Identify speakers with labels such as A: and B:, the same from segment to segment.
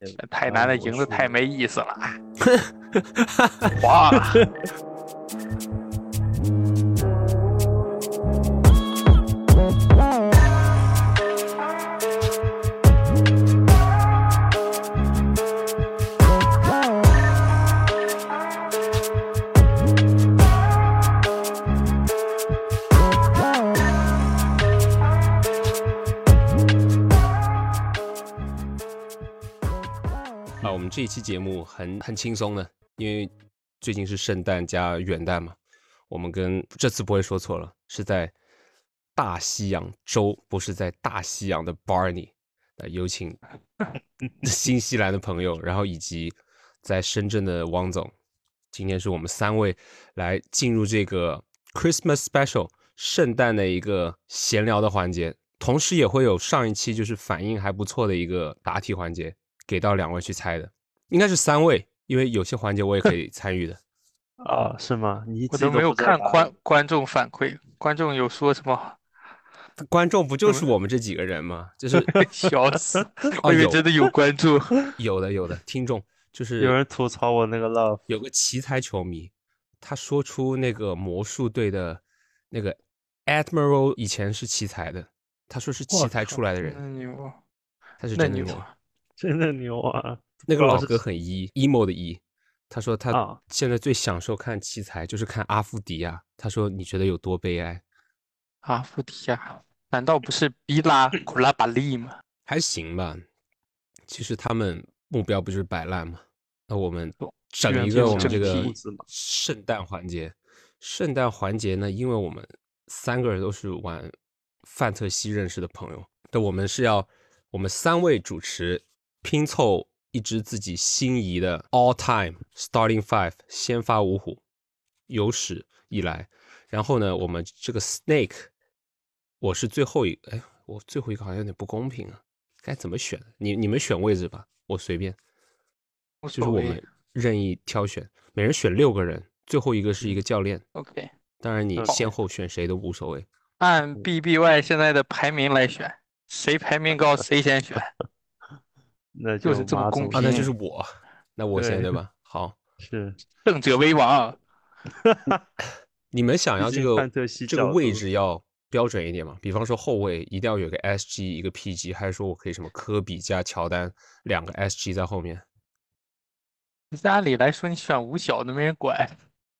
A: 呃
B: 啊
C: 太
A: 啊
C: 难的赢的太没意思 了，黄了。
B: 啊，我们这一期节目很很轻松的，因为最近是圣诞加元旦嘛，我们跟这次不会说错了，是在大西洋州，不是在大西洋的 Barney。那有请 新西兰的朋友，然后以及在深圳的汪总，今天是我们三位来进入这个 Christmas Special 圣诞的一个闲聊的环节，同时也会有上一期就是反应还不错的一个答题环节，给到两位去猜的，应该是三位，因为有些环节我也可以参与的。
A: 啊，是吗？你一
C: 我
A: 季
C: 都没有
A: 不知道
C: 看
A: 答案
C: 观观众反馈，观众有说什
B: 哎
C: 么？
B: 观众不就是我们这几个人吗？就是 哦
C: 笑死！我以为
B: 有
C: 真的 有观众。
B: 有的有的听众就是
A: 有人吐槽我那个 love，
B: 有个奇才球迷，他说出那个魔术队的那个 Admiral 以前是奇才的，他说是奇才出来 的人，
C: 真牛，
B: 他是
C: 那
B: 真的
C: 牛
B: 牛。
A: 真的牛啊！
B: 那个
A: 不知道
B: 老
A: 是
B: 哥很 e emo 的 e，他说他
A: 啊
B: 现在最享受看奇才就是看阿夫迪亚，他说你觉得有多悲哀？
C: 阿夫提亚，难道不是比拉古拉巴利吗？
B: 还行吧，其实他们目标不就是摆烂吗？那我们整一个我们这个
C: 整体
B: 圣诞环节，圣诞环节呢，因为我们三个人都是玩范特西认识的朋友，但我们是要我们三位主持拼凑一支自己心仪的 all time starting five 先发五虎，有史以来。然后呢，我们这个 snake，我是最后一，哎，我最后一个好像有点不公平啊。该怎么选？你你们选位置吧，我随便，
C: 无
B: 就是
C: 所
B: 我
C: 谓
B: 们任意挑选，每人选六个人，最后一个是一个教练。
C: OK，
B: 当然，你
A: 嗯
B: 先后选谁都无所谓。
C: 按 BBY 现在的排名来选，谁排名 高谁先选。
A: 那
C: 就是这么
A: 马
C: 公
A: 总
B: 啊，那
C: 平
B: 就是我，那我先
A: 对
B: 对吧？好，
A: 是
C: 胜者为王。
B: 你们想要
A: 毕
B: 这
A: 竟
B: 个
A: 范特西
B: 这个
A: 角度
B: 位置要标准一点嘛？比方说后卫一定要有个 SG 一个 PG，还是说我可以什么科比加乔丹两个 SG 在后面？
C: 按理来说，你选五小都没人管，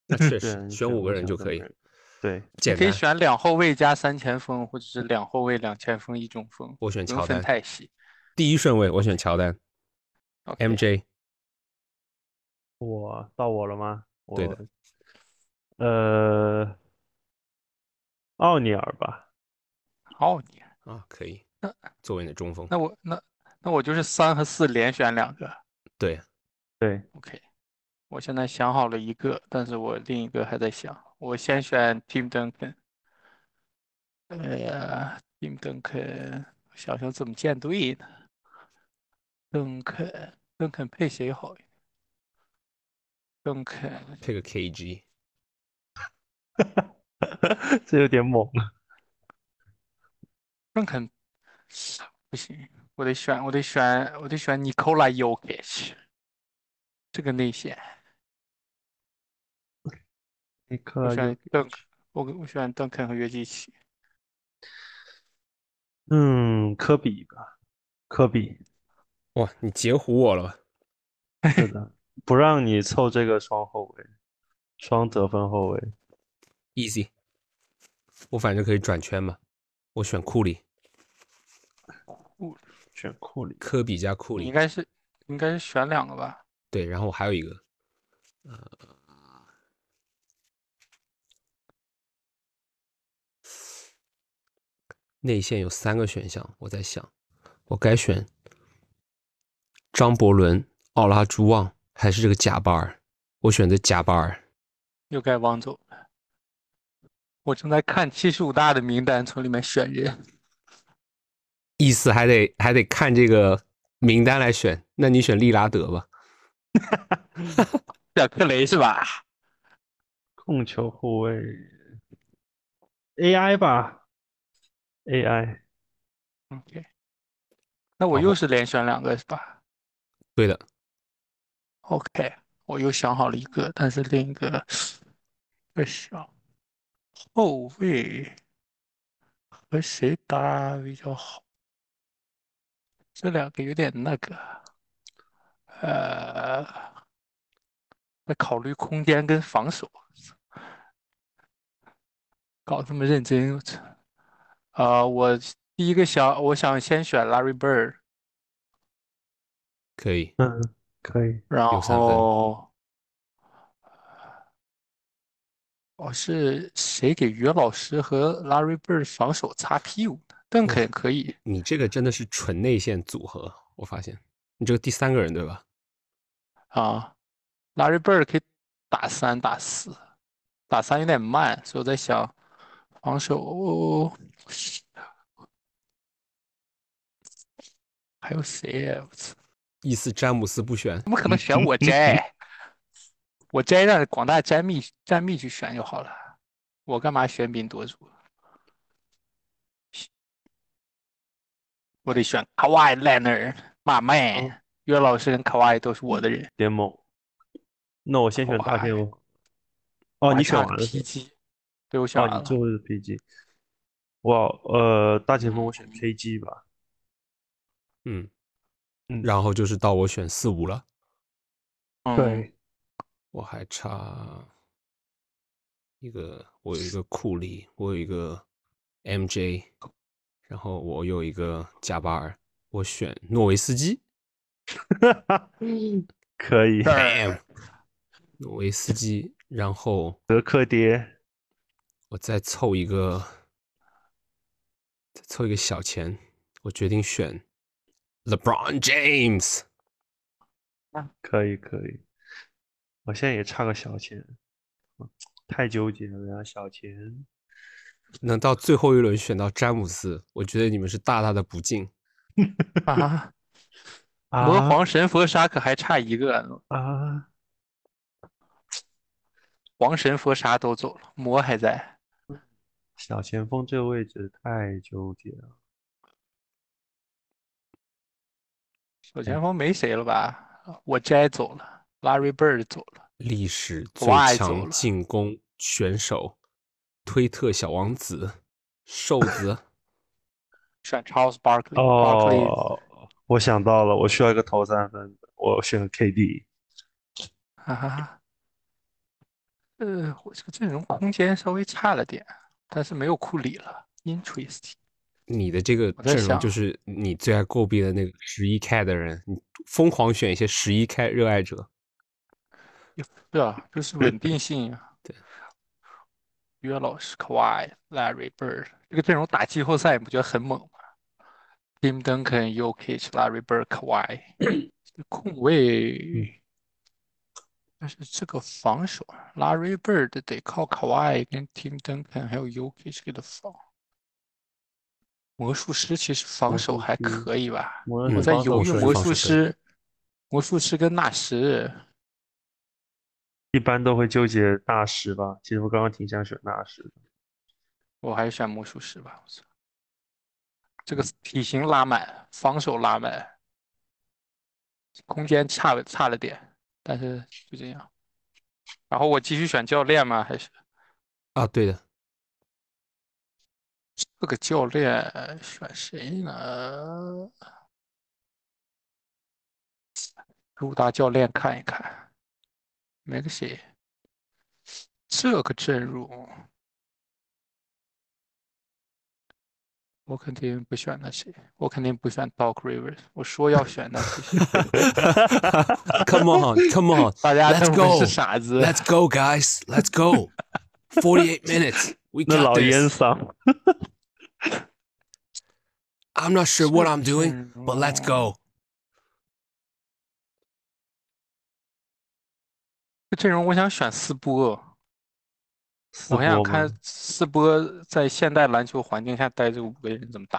B: 那确
A: 对
B: 实
A: 你
B: 选
A: 选
B: 五
A: 五
B: 个人
A: 小
B: 就
A: 都
B: 可
A: 没
B: 以
A: 人，对，
C: 你
B: 简
C: 可以
B: 单。
C: 选两后卫加三前锋，或者是两后卫、两前锋、一中锋，
B: 我选
C: 不用
B: 乔
C: 分
B: 丹
C: 太细。
B: 第一顺位我选乔丹
C: OK，
B: ，MJ
A: 我到我了吗？
B: 对的
A: 我，呃，奥尼尔吧，
C: 好你
B: 啊，可以
C: 那，
B: 作为你的中锋。
C: 那我那那我就是三和四连选两个。
B: 对，
A: 对，
C: OK，我现在想好了一个，但是我另一个还在想。我先选 Tim Duncan。哎呀，Tim Duncan，我想想怎么建队呢？Duncan，Duncan 配谁好呀？Duncan，
B: 配个 KG。
A: 这有点猛。啊
C: Duncan 不行，我得选，我得选，我得选 Nikola Jokic，这个内线，
A: 尼
C: 哎我
A: 克
C: 选
A: 就
C: Duncan，我我选 Duncan 和约基奇。
A: 嗯，科比吧，科比，
B: 哇，你截胡我了吧？
A: 是 的，不让你凑这个双后卫，双得分后卫。
B: easy，我反正可以转圈嘛。我选库里，
A: 选库里，
B: 科比加库
C: 你应
B: 里，
C: 该是应该是选两个吧？
B: 对，然后我还有一个，呃，内线有三个选项，我在想，我该选张伯伦、奥拉朱旺还是这个贾巴尔？我选择贾巴尔。
C: 又该汪总了。我正在看七十五大的名单，从里面选人。
B: 意思还得还得看这个名单来选。那你选利拉德吧。
C: 小克雷是吧？
A: 控球后卫，AI 吧，AI，
C: OK，那我
B: 好
C: 又
B: 吧
C: 是连选两个是吧？
B: 对的，
C: OK，我又想好了一个，但是另一个在想后卫和谁搭比较好？这两个有点那个，呃，在考虑空间跟防守，搞这么认真，我操！啊，我第一个想，我想先选 Larry Bird，
B: 可以。
A: 嗯，可以，
C: 然
B: 三分
C: 后，哦，是谁给于老师和 Larry Bird 防守擦屁股的？邓肯
B: 嗯
C: 可以，
B: 你这个真的是纯内线组合，我发现你这个第三个人对吧？
C: 啊，Larry Bird 可以打三打四，打三有点慢，所以我在想防守，还有谁呀？我操，
B: 意思詹姆斯不选
C: 怎，么可
A: 嗯
C: 能选我摘？ 我摘让广大詹密詹密去选就好了，我干嘛喧宾夺主？我得选 Kawhi Leonard，妈
A: 哦
C: 卖，岳老师跟 Kawhi 都是我的人。
A: 联盟。那我先选大
C: 哇
A: 天王。哦，
C: 我还
A: 你选
C: 差
A: 完了是
C: PG，对我选
A: 吧？
C: 完
A: 哦，
C: 了
A: 你。最后是 PG。哇，呃，大前锋我选
C: 嗯
A: KG 吧。
B: 嗯
A: 嗯
B: 然后就是到我选四五了，
C: 嗯，
B: 我还差一个，我有一个库里，我有一个 MJ，然后我有一个加巴尔，我选诺维斯基。
A: 可以。
B: Bam，诺维斯基，然后
A: 德克爹，
B: 我再凑一个，再凑一个小钱，我决定选 LeBron James。
A: 可以可以。我现在也差个小钱，嗯太纠结了呀，小钱。
B: 能到最后一轮选到詹姆斯，我觉得你们是大大的不敬。
C: 啊，
A: 啊
C: 魔皇神佛沙可还差一个呢，
A: 啊，
C: 皇神佛沙都走了，魔还在。
A: 小前锋这个位置太纠结了。
C: 小
A: 嗯
C: 前锋没谁了吧？我摘走了，Larry Bird 走了。
B: 历史最
C: 我爱走
B: 强
C: 了
B: 进攻选手，推特小王子，瘦子
C: 选 Charles Barkley，Barkley、
A: 哦，我想到了，我需要一个投三分的，我选 KD。
C: 啊，呃，我这个阵容空间稍微差了点，但是没有库里了，interesting。
B: 你的这个
C: 我在
B: 阵容
C: 想
B: 就是你最爱诟病的那个十一 K 的人，你疯狂选一些十一 K 热爱者。
C: 对啊，就是稳定性啊。对，约老师、Kawhi、Larry Bird 这个阵容打季后赛，你不觉得很猛吗？Tim Duncan、Jokic、Larry Bird、Kawhi，这 控卫，但是这个防守，Larry 啊 Bird 得靠 Kawhi 跟 Tim Duncan 还有 Jokic 给他防。魔术师其实防
A: 魔
C: 守
A: 术
C: 还
A: 师
C: 可以吧？
A: 我
B: 嗯
C: 我在犹
B: 防
C: 豫
B: 守
C: 魔术
B: 防守可以
C: 师，魔术师跟纳什。
A: 一般都会纠结大师吧，其实我刚刚挺想选大师的。
C: 我还是选魔术师吧，我操！这个体型拉满，防守拉满，空间差了差了点，但是就这样。然后我继续选教练吗？还是
B: 啊，对的，
C: 这个教练选谁呢？主打教练看一看，没个谁。这个阵容，我肯定不选那谁，我肯定不选 Doc Rivers。我说要选那谁，
B: Come on, come on,
C: 大家
B: Let's
C: 都不
B: go.
C: 是傻子。
B: let's go, guys, let's go. Forty-eight minutes. We
A: 那
B: got
A: 老烟
B: this.
A: 嗓，
B: I'm not sure what I'm doing,
C: 阵容
B: but let's go.
C: 这阵容我想选斯波，
A: 四
C: 我还想
A: 波吗
C: 看斯波在现代篮球环境下带这五个人怎么打。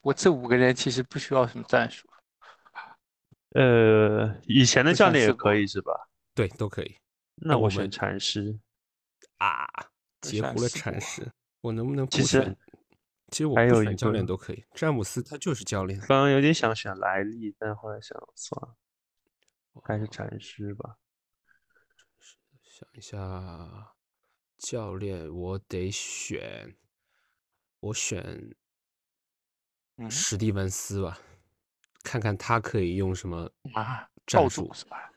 C: 我这五个人其实不需要什么战术，
A: 呃，以前的
C: 就
A: 教
C: 选
A: 练也
C: 四
A: 可
C: 波
A: 以是吧？
B: 对，都可以
A: 那
B: 我
A: 我
B: 们
A: 选禅师。
B: 啊。
C: 我
B: 截
C: 选
B: 胡了
C: 斯
B: 禅
C: 波
B: 师，我能不能不
A: 其实
B: 选？其实我
A: 还
B: 不
A: 有
B: 选
A: 一
B: 教练
A: 个
B: 都可以，詹姆斯他就是教练。
A: 刚刚有点想选莱利，但后来想算了，该是禅师吧？
B: 想一下，教练，我得选，我选
C: 嗯
B: 史蒂文斯吧，看看他可以用什么
C: 啊，
B: 战
C: 爆
B: 术
C: 主是吧？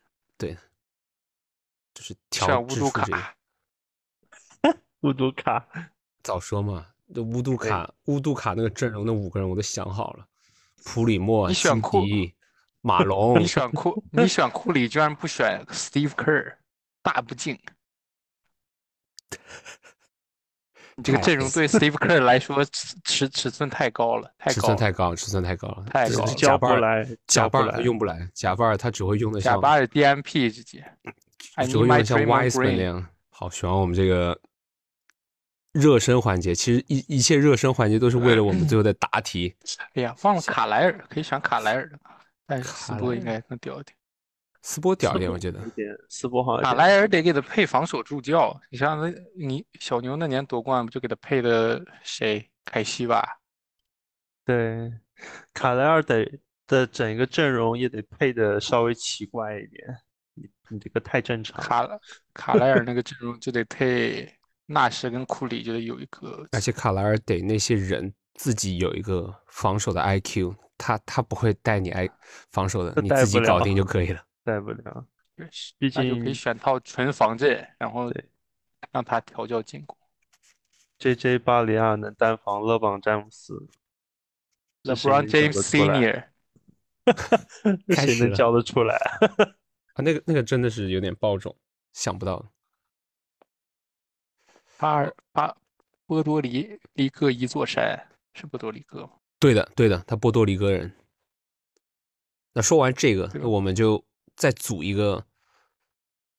B: 就是调
C: 选啊乌
B: 制
C: 杜
B: 出这个。
C: 卡，
A: 乌杜卡，
B: 早说嘛，这乌杜卡乌杜卡那个阵容那五个人我都想好了，普里莫、
C: 你选
B: 辛
C: 库
B: 迪、马 龙
C: 你，选库，你选库里居然不选 Steve Kerr，大不 敬。你这个
B: 太
C: 阵容对 Steve Kerr 来说尺尺尺寸太高了，太
B: 哎尺
C: 高
B: 寸
C: 了。
B: 太高了，尺寸太高了，
C: 太
B: 这
C: 高
B: 这
C: 了
B: 贾
A: 叫不
B: 巴尔，
A: 来，
B: 贾
A: 叫
B: 巴
A: 不
B: 尔他
A: 来。
B: 用不来，贾巴尔他只会用的
C: 贾
B: 像
C: 巴尔 DNP 直接，I
B: 嗯只会
C: need
B: 用
C: my
B: 的像
C: 哎 Draymond
B: Wiseman 那
C: Green
B: 样。好，喜欢我们这个热身环节，其实一一切热身环节都是为了我们最后的答题。
C: 哎呀，忘了卡莱尔，可以选卡莱尔的，但是斯
B: 卡
C: 波
B: 莱
C: 应该更屌一点。
B: 斯波屌一点，我觉得
A: 有点斯波好像
C: 卡
A: 有点
C: 莱尔得给他配防守助教，你像那你小牛那年夺冠不就给他配的谁？凯西吧？
A: 对，卡莱尔得的整个阵容也得配的稍微奇怪一点，你你这个太正常了。
C: 卡莱卡莱尔那个阵容就得配纳什跟库里，就得有一个
B: 而且卡莱尔得那些人自己有一个防守的 IQ，他他不会带你 I 防守的，
A: 他
B: 你
A: 带
B: 自己
A: 不
B: 搞
A: 了
B: 定就可以了。
A: 带不了，毕
C: 那就可以
A: 竟
C: 选套纯防阵，然后
A: 对
C: 让他调教进攻。
A: J.J. 巴里亚能单防勒布朗詹姆斯，这谁
C: LeBron
A: 能叫
C: James
A: 得出 来？
C: Senior，
A: 这
B: 开
A: 谁
B: 始
A: 能
B: 了
A: 叫得出来？
B: 啊，那个那个真的是有点爆种，想不到。
C: 巴尔巴波多黎黎各一座山，是波多黎各吗？
B: 对的，对的，他波多黎各人。那说完这个，
C: 对
B: 那我们就再组一个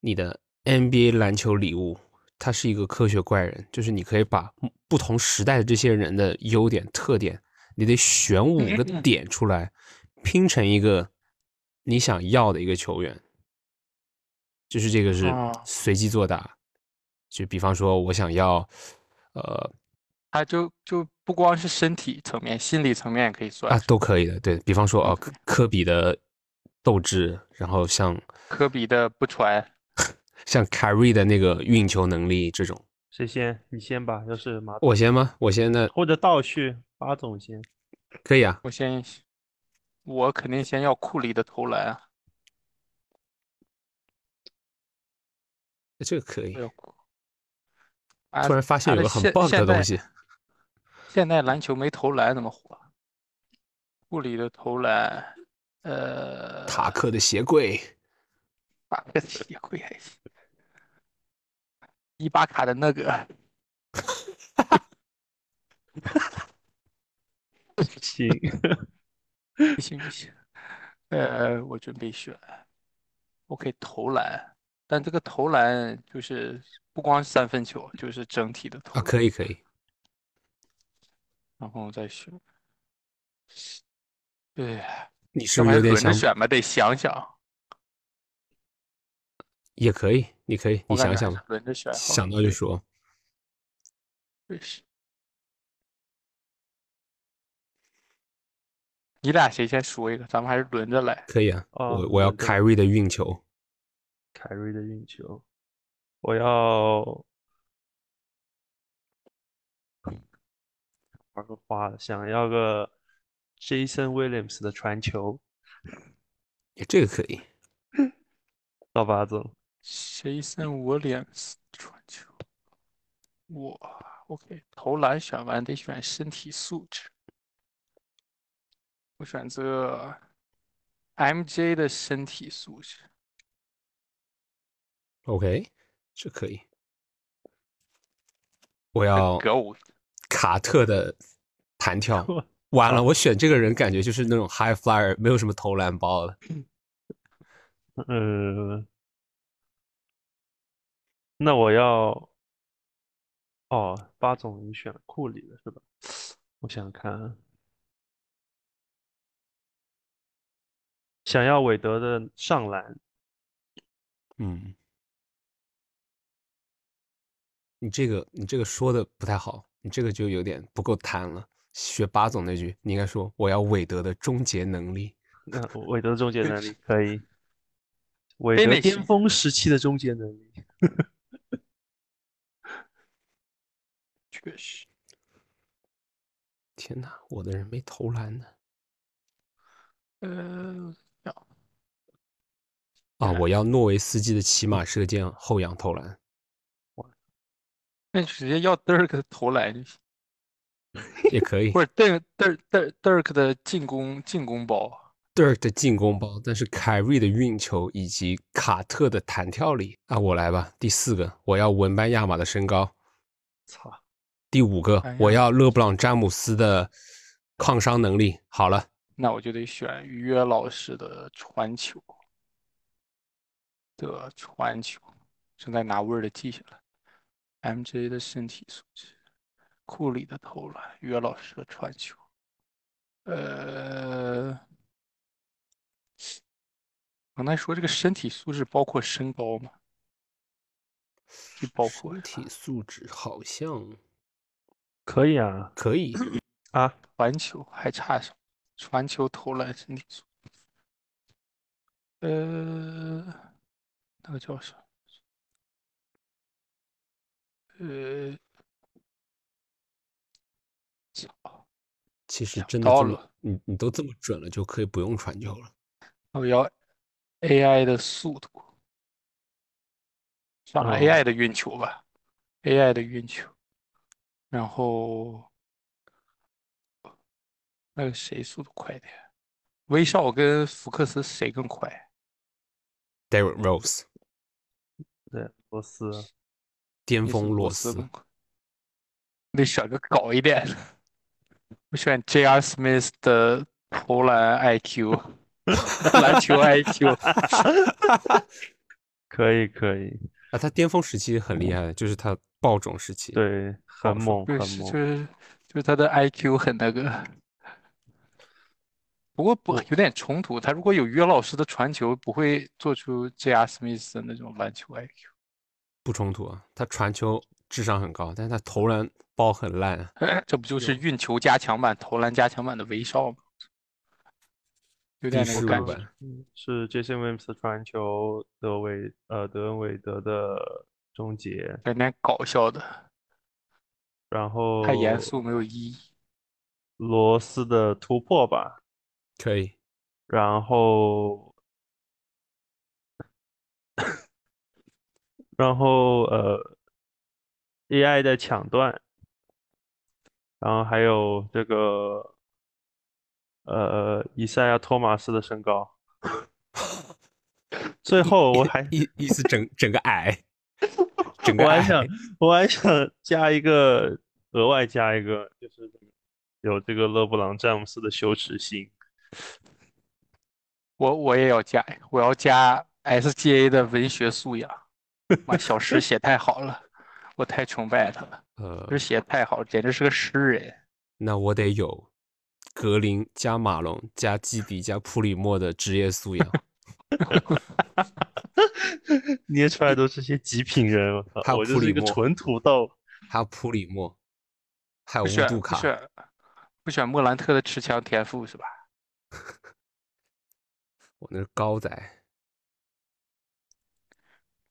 B: 你的 NBA 篮球礼物。他是一个科学怪人，就是你可以把不同时代的这些人的优点、特点，你得选五个
C: 嗯嗯
B: 点出来，拼成一个你想要的一个球员。就是这个是
C: 哦
B: 随机作答，就比方说我想要，呃，
C: 他就就不光是身体层面，心理层面也可以算
B: 啊，
C: 是
B: 都可以的。对比方说，哦，
C: OK
B: 科科比的斗志，然后像
C: 科比的不传，
B: 像凯瑞的那个运球能力这种，
A: 谁先？你先吧，要是马
B: 我先吗？我先那
A: 或者倒叙，巴总 先。
B: 可以啊。
C: 我先，我肯定先要库里的投篮啊，
B: 这个可以
C: 我。要库。啊
B: 突然发现
C: 他的
B: 有个很
C: 现
B: bug 的
C: 现在
B: 东西，
C: 现代篮球没投篮怎么火？啊库里的投篮，呃，
B: 塔克的鞋柜，
C: 巴克也会还行，伊巴卡的那个，
A: 行，
C: 不行不行，呃，我准备选，OK 投篮，但这个投篮就是不光是三分球，就是整体的投
B: 啊，
C: 篮。
B: 可以可以。
C: 然后再选。对，
B: 你是
C: 要
B: 不
C: 不
B: 是有
C: 然
B: 点
C: 轮着
B: 想？
C: 选吧，得想想。
B: 也可以，你可以，
C: 我
B: 你
C: 感
B: 想
C: 觉
B: 想
C: 还
B: 吧
C: 是，轮着选好。
B: 想到就说。
C: 对是。你俩谁先说一个？咱们还是轮着来。
B: 可以啊，
A: 哦
B: 我我要
A: 对对
B: 凯瑞的运球，
A: 凯瑞的运球，我要玩个花了，想要个 Jason Williams 的传球，
B: 这个可以。
A: 老八总，
C: Jason Williams 传球，我 OK 投篮选完得选身体素质，我选择 MJ 的身体素质。
B: OK，这可以。我
C: 这
B: 要
C: 狗
B: 卡特的弹跳
A: 我。
B: 完了，我选这个人感觉就是那种 high flyer，没有什么投篮包的。
A: 呃，那我要，哦，八总你选库里了是吧？我想想看啊，想要韦德的上篮。
B: 嗯，你这个你这个说的不太好，你这个就有点不够弹了。学巴总那句，你应该 说我要韦德的终结能力。
A: 那韦德的终结能力可以，韦
C: 北
A: 德
C: 美
A: 巅
C: 型
A: 峰时期的终结能力，
C: 确实，
B: 天哪，我的人没投篮呢！
C: 呃，
B: 啊，
C: 对
B: 我要诺维斯基的骑马射箭后仰投篮。
C: 那直接要德尔克的投篮就行，
B: 也可 以。
C: 或者德德德德尔克的进攻进攻包，
B: Dirk 的进攻包，但是凯瑞的运球以及卡特的弹跳力啊，我来吧。第四个，我要文班亚马的身高；
A: 操，
B: 第五个
C: 哎呀，
B: 我要勒布朗詹姆斯的抗伤能力。好了，
C: 那我就得选于约老师的传球的传球，正在拿 Word 记下来，MJ 的身体素质，库里的投篮，约老师的传球，呃。刚才说这个身体素质包括身高吗？不包括呀
B: 体素质好像
A: 可以啊
B: 可以，
A: 啊！
C: 传球还差什么？传球、投篮、身体素质。呃，那个叫啥？呃，操！
B: 其实
C: 想
B: 真的
C: 到
B: 这么
C: 了，
B: 你你都这么准了，就可以不用传球了。
C: 我哦要 AI 的速度。算了
A: 哦
C: ，AI 的运球吧，AI 的运球。然后，那个谁速度快一点？威少跟福克斯谁更快？
B: Derrick Rose
A: 对，罗斯，
B: 巅
C: 你是
B: 峰
C: 罗
B: 洛
C: 斯
B: 斯
C: 更， 快，得选个高一点的。我选 J.R. Smith 的投篮 IQ，篮球 IQ。
A: 可以可以，
B: 啊，他巅峰时期很厉害的，就是他爆种时期。
A: 对，很猛
C: 对，
A: 很
C: 是就
A: 猛，
C: 是就是他的 IQ 很那个，不过不有点冲突。他如果有约老师的传球，不会做出 J.R. Smith 的那种篮球 IQ。
B: 不冲突啊，他传球智商很高，但是他投篮包很烂啊。
C: 这不就是运球加强版、投篮加强版的威少吗？有点
B: 第
C: 那个
B: 十五
C: 感
A: 15
C: 觉。
B: 版，
A: 嗯是 Jason Williams 的传球，德韦呃德文韦德的终结，
C: 有点搞笑的，
A: 然后
C: 太
B: 哦
C: 严肃没有意义。
A: 罗斯的突破吧，
B: 可以。
A: 然后然后呃 AI 的抢断，然后还有这个呃以赛亚托马斯的身高。最后我还
B: 意意思整整个矮， 整个
A: 我还
B: 矮。
A: 想，我还想加一个，额外加一个，就是这个有这个勒布朗詹姆斯的羞耻心。
C: 我我也要加，我要加 SGA 的文学素养。妈，小诗写太好了，我太崇拜他了，
B: 呃
C: 这，写太好，简直是个诗人。
B: 那我得有格林加马龙加基迪加普里莫的职业素养，
A: 捏出来都是些极品人，我
B: 还
A: 操！
B: 有
A: 我就
B: 库
A: 是一
B: 里
A: 个
B: 莫
A: 纯土豆。
B: 还有普里莫，还有
C: 不
B: 乌
C: 选
B: 杜
C: 不
B: 卡。
C: 选不选莫兰特的持枪天赋是吧？
B: 我那是高仔，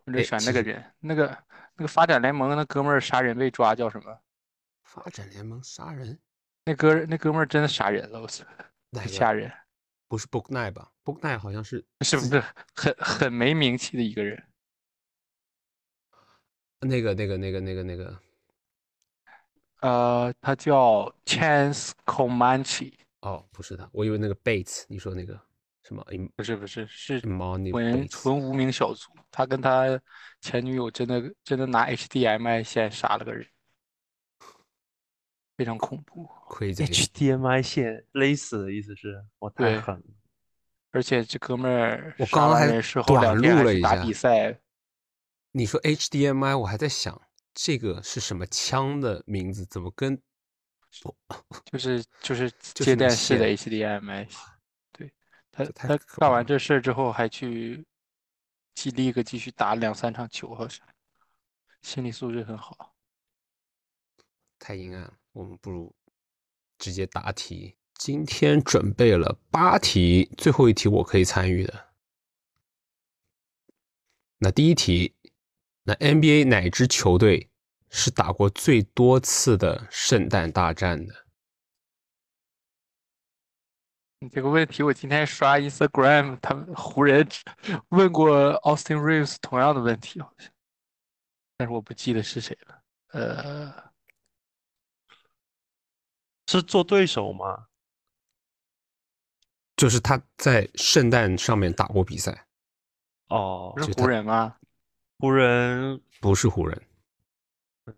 C: 我就
B: 哎
C: 选
B: 其
C: 那个
B: 实
C: 人，那个那个发展联盟那哥们儿杀人被抓叫什么？
B: 发展联盟杀人，
C: 那哥那哥们儿真的杀人了，我操，
B: 哪
C: 很
B: 个
C: 吓人，
B: 不是 Book Night 吧？Book Night 好像是
C: 是不是很很没名气的一个人？
B: 那个那个那个那个那个
C: 呃，他叫 Chance Comanche，
B: 哦，不是他，我以为那个 Bates，你说那个什么 Im
C: 不是不是是
B: i m o n i
C: 纯
B: Bates？
C: 纯无名小卒，他跟他前女友真的真的拿 HDMI 线杀了个人，非常恐怖。
B: 亏贼
A: HDMI 线勒死的意思是我太
C: 对
A: 狠了。
C: 而且这哥们儿
B: 我
C: 杀
B: 刚
C: 完
B: 还
C: 人事后
B: 短
C: 两天
B: 路
C: 还
B: 了
C: 去
B: 一
C: 打
B: 下
C: 比赛，
B: 你说 HDMI，我还在想这个是什么枪的名字，怎么跟
C: 就是就是接
B: 就是那
C: 电视的
B: 线
C: HDMI。对，他
B: 这太
C: 他
B: 可
C: 干
B: 怕
C: 完
B: 了
C: 这事儿之后还去激励个继续打两三场球，好像心理素质很好。
B: 太阴暗了，我们不如直接答题。今天准备了八题，最后一题我可以参与的。那第一题，那 NBA 哪支球队是打过最多次的圣诞大战的？
C: 你这个问题，我今天刷 Instagram，他们湖人问过 Austin Reeves 同样的问题，好像，但是我不记得是谁了。呃，
A: 是做对手吗？
B: 就是他在圣诞上面打过比赛，
A: 哦
C: 不，是
B: 就
C: 湖
B: 他
C: 人吗？
A: 湖人、
B: 不是湖人，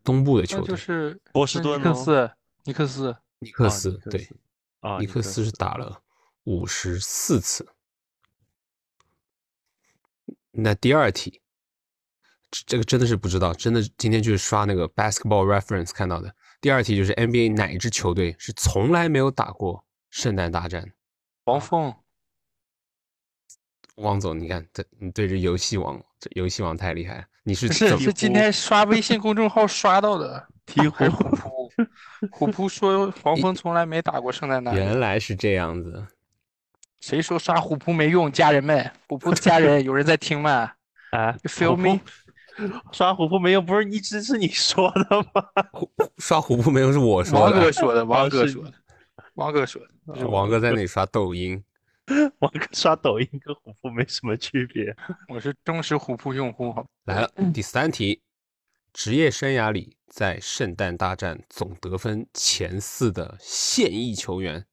B: 东部的
C: 那
B: 球
C: 就
B: 队，
C: 是
A: 波士
C: 那
A: 顿
C: 尼克
A: 咯
C: 斯，尼克斯。
B: 尼克
A: 啊
B: 斯
A: 尼克
B: 对
A: 斯，啊，
B: 尼克斯是
A: 斯
B: 打了五十四次。那第二题，这这个真的是不知道，真的今天去刷那个 Basketball Reference 看到的。第二题就是 NBA 哪一支球队是从来没有打过圣诞大战？
C: 黄蜂，
B: 汪总，你看这你对这游戏王，这游戏王太厉害了，你是
C: 不是，
B: 怎么
C: 是今天刷微信公众号刷到的，
A: 鹈鹕
C: 还是虎扑，虎扑说黄蜂从来没打过圣诞大战。
B: 原来是这样子，
C: 谁说刷虎扑没用？家人们，虎扑的家人，有人在听吗
A: 哎，
C: ？You feel
A: 虎扑
C: me？
A: 刷虎扑没有，不是一直是你 说的吗？
B: 刷虎扑没有是我说
C: 王
B: 的
C: 哥，说的，王哥
A: 是
C: 说的，王哥说的。
B: 是王哥在那里刷抖音，
A: 王哥刷抖音跟虎扑没什么区别。
C: 我是忠实虎扑用户，好吧
B: 来了，第三题，职业生涯里在圣诞大战总得分前四的现役球员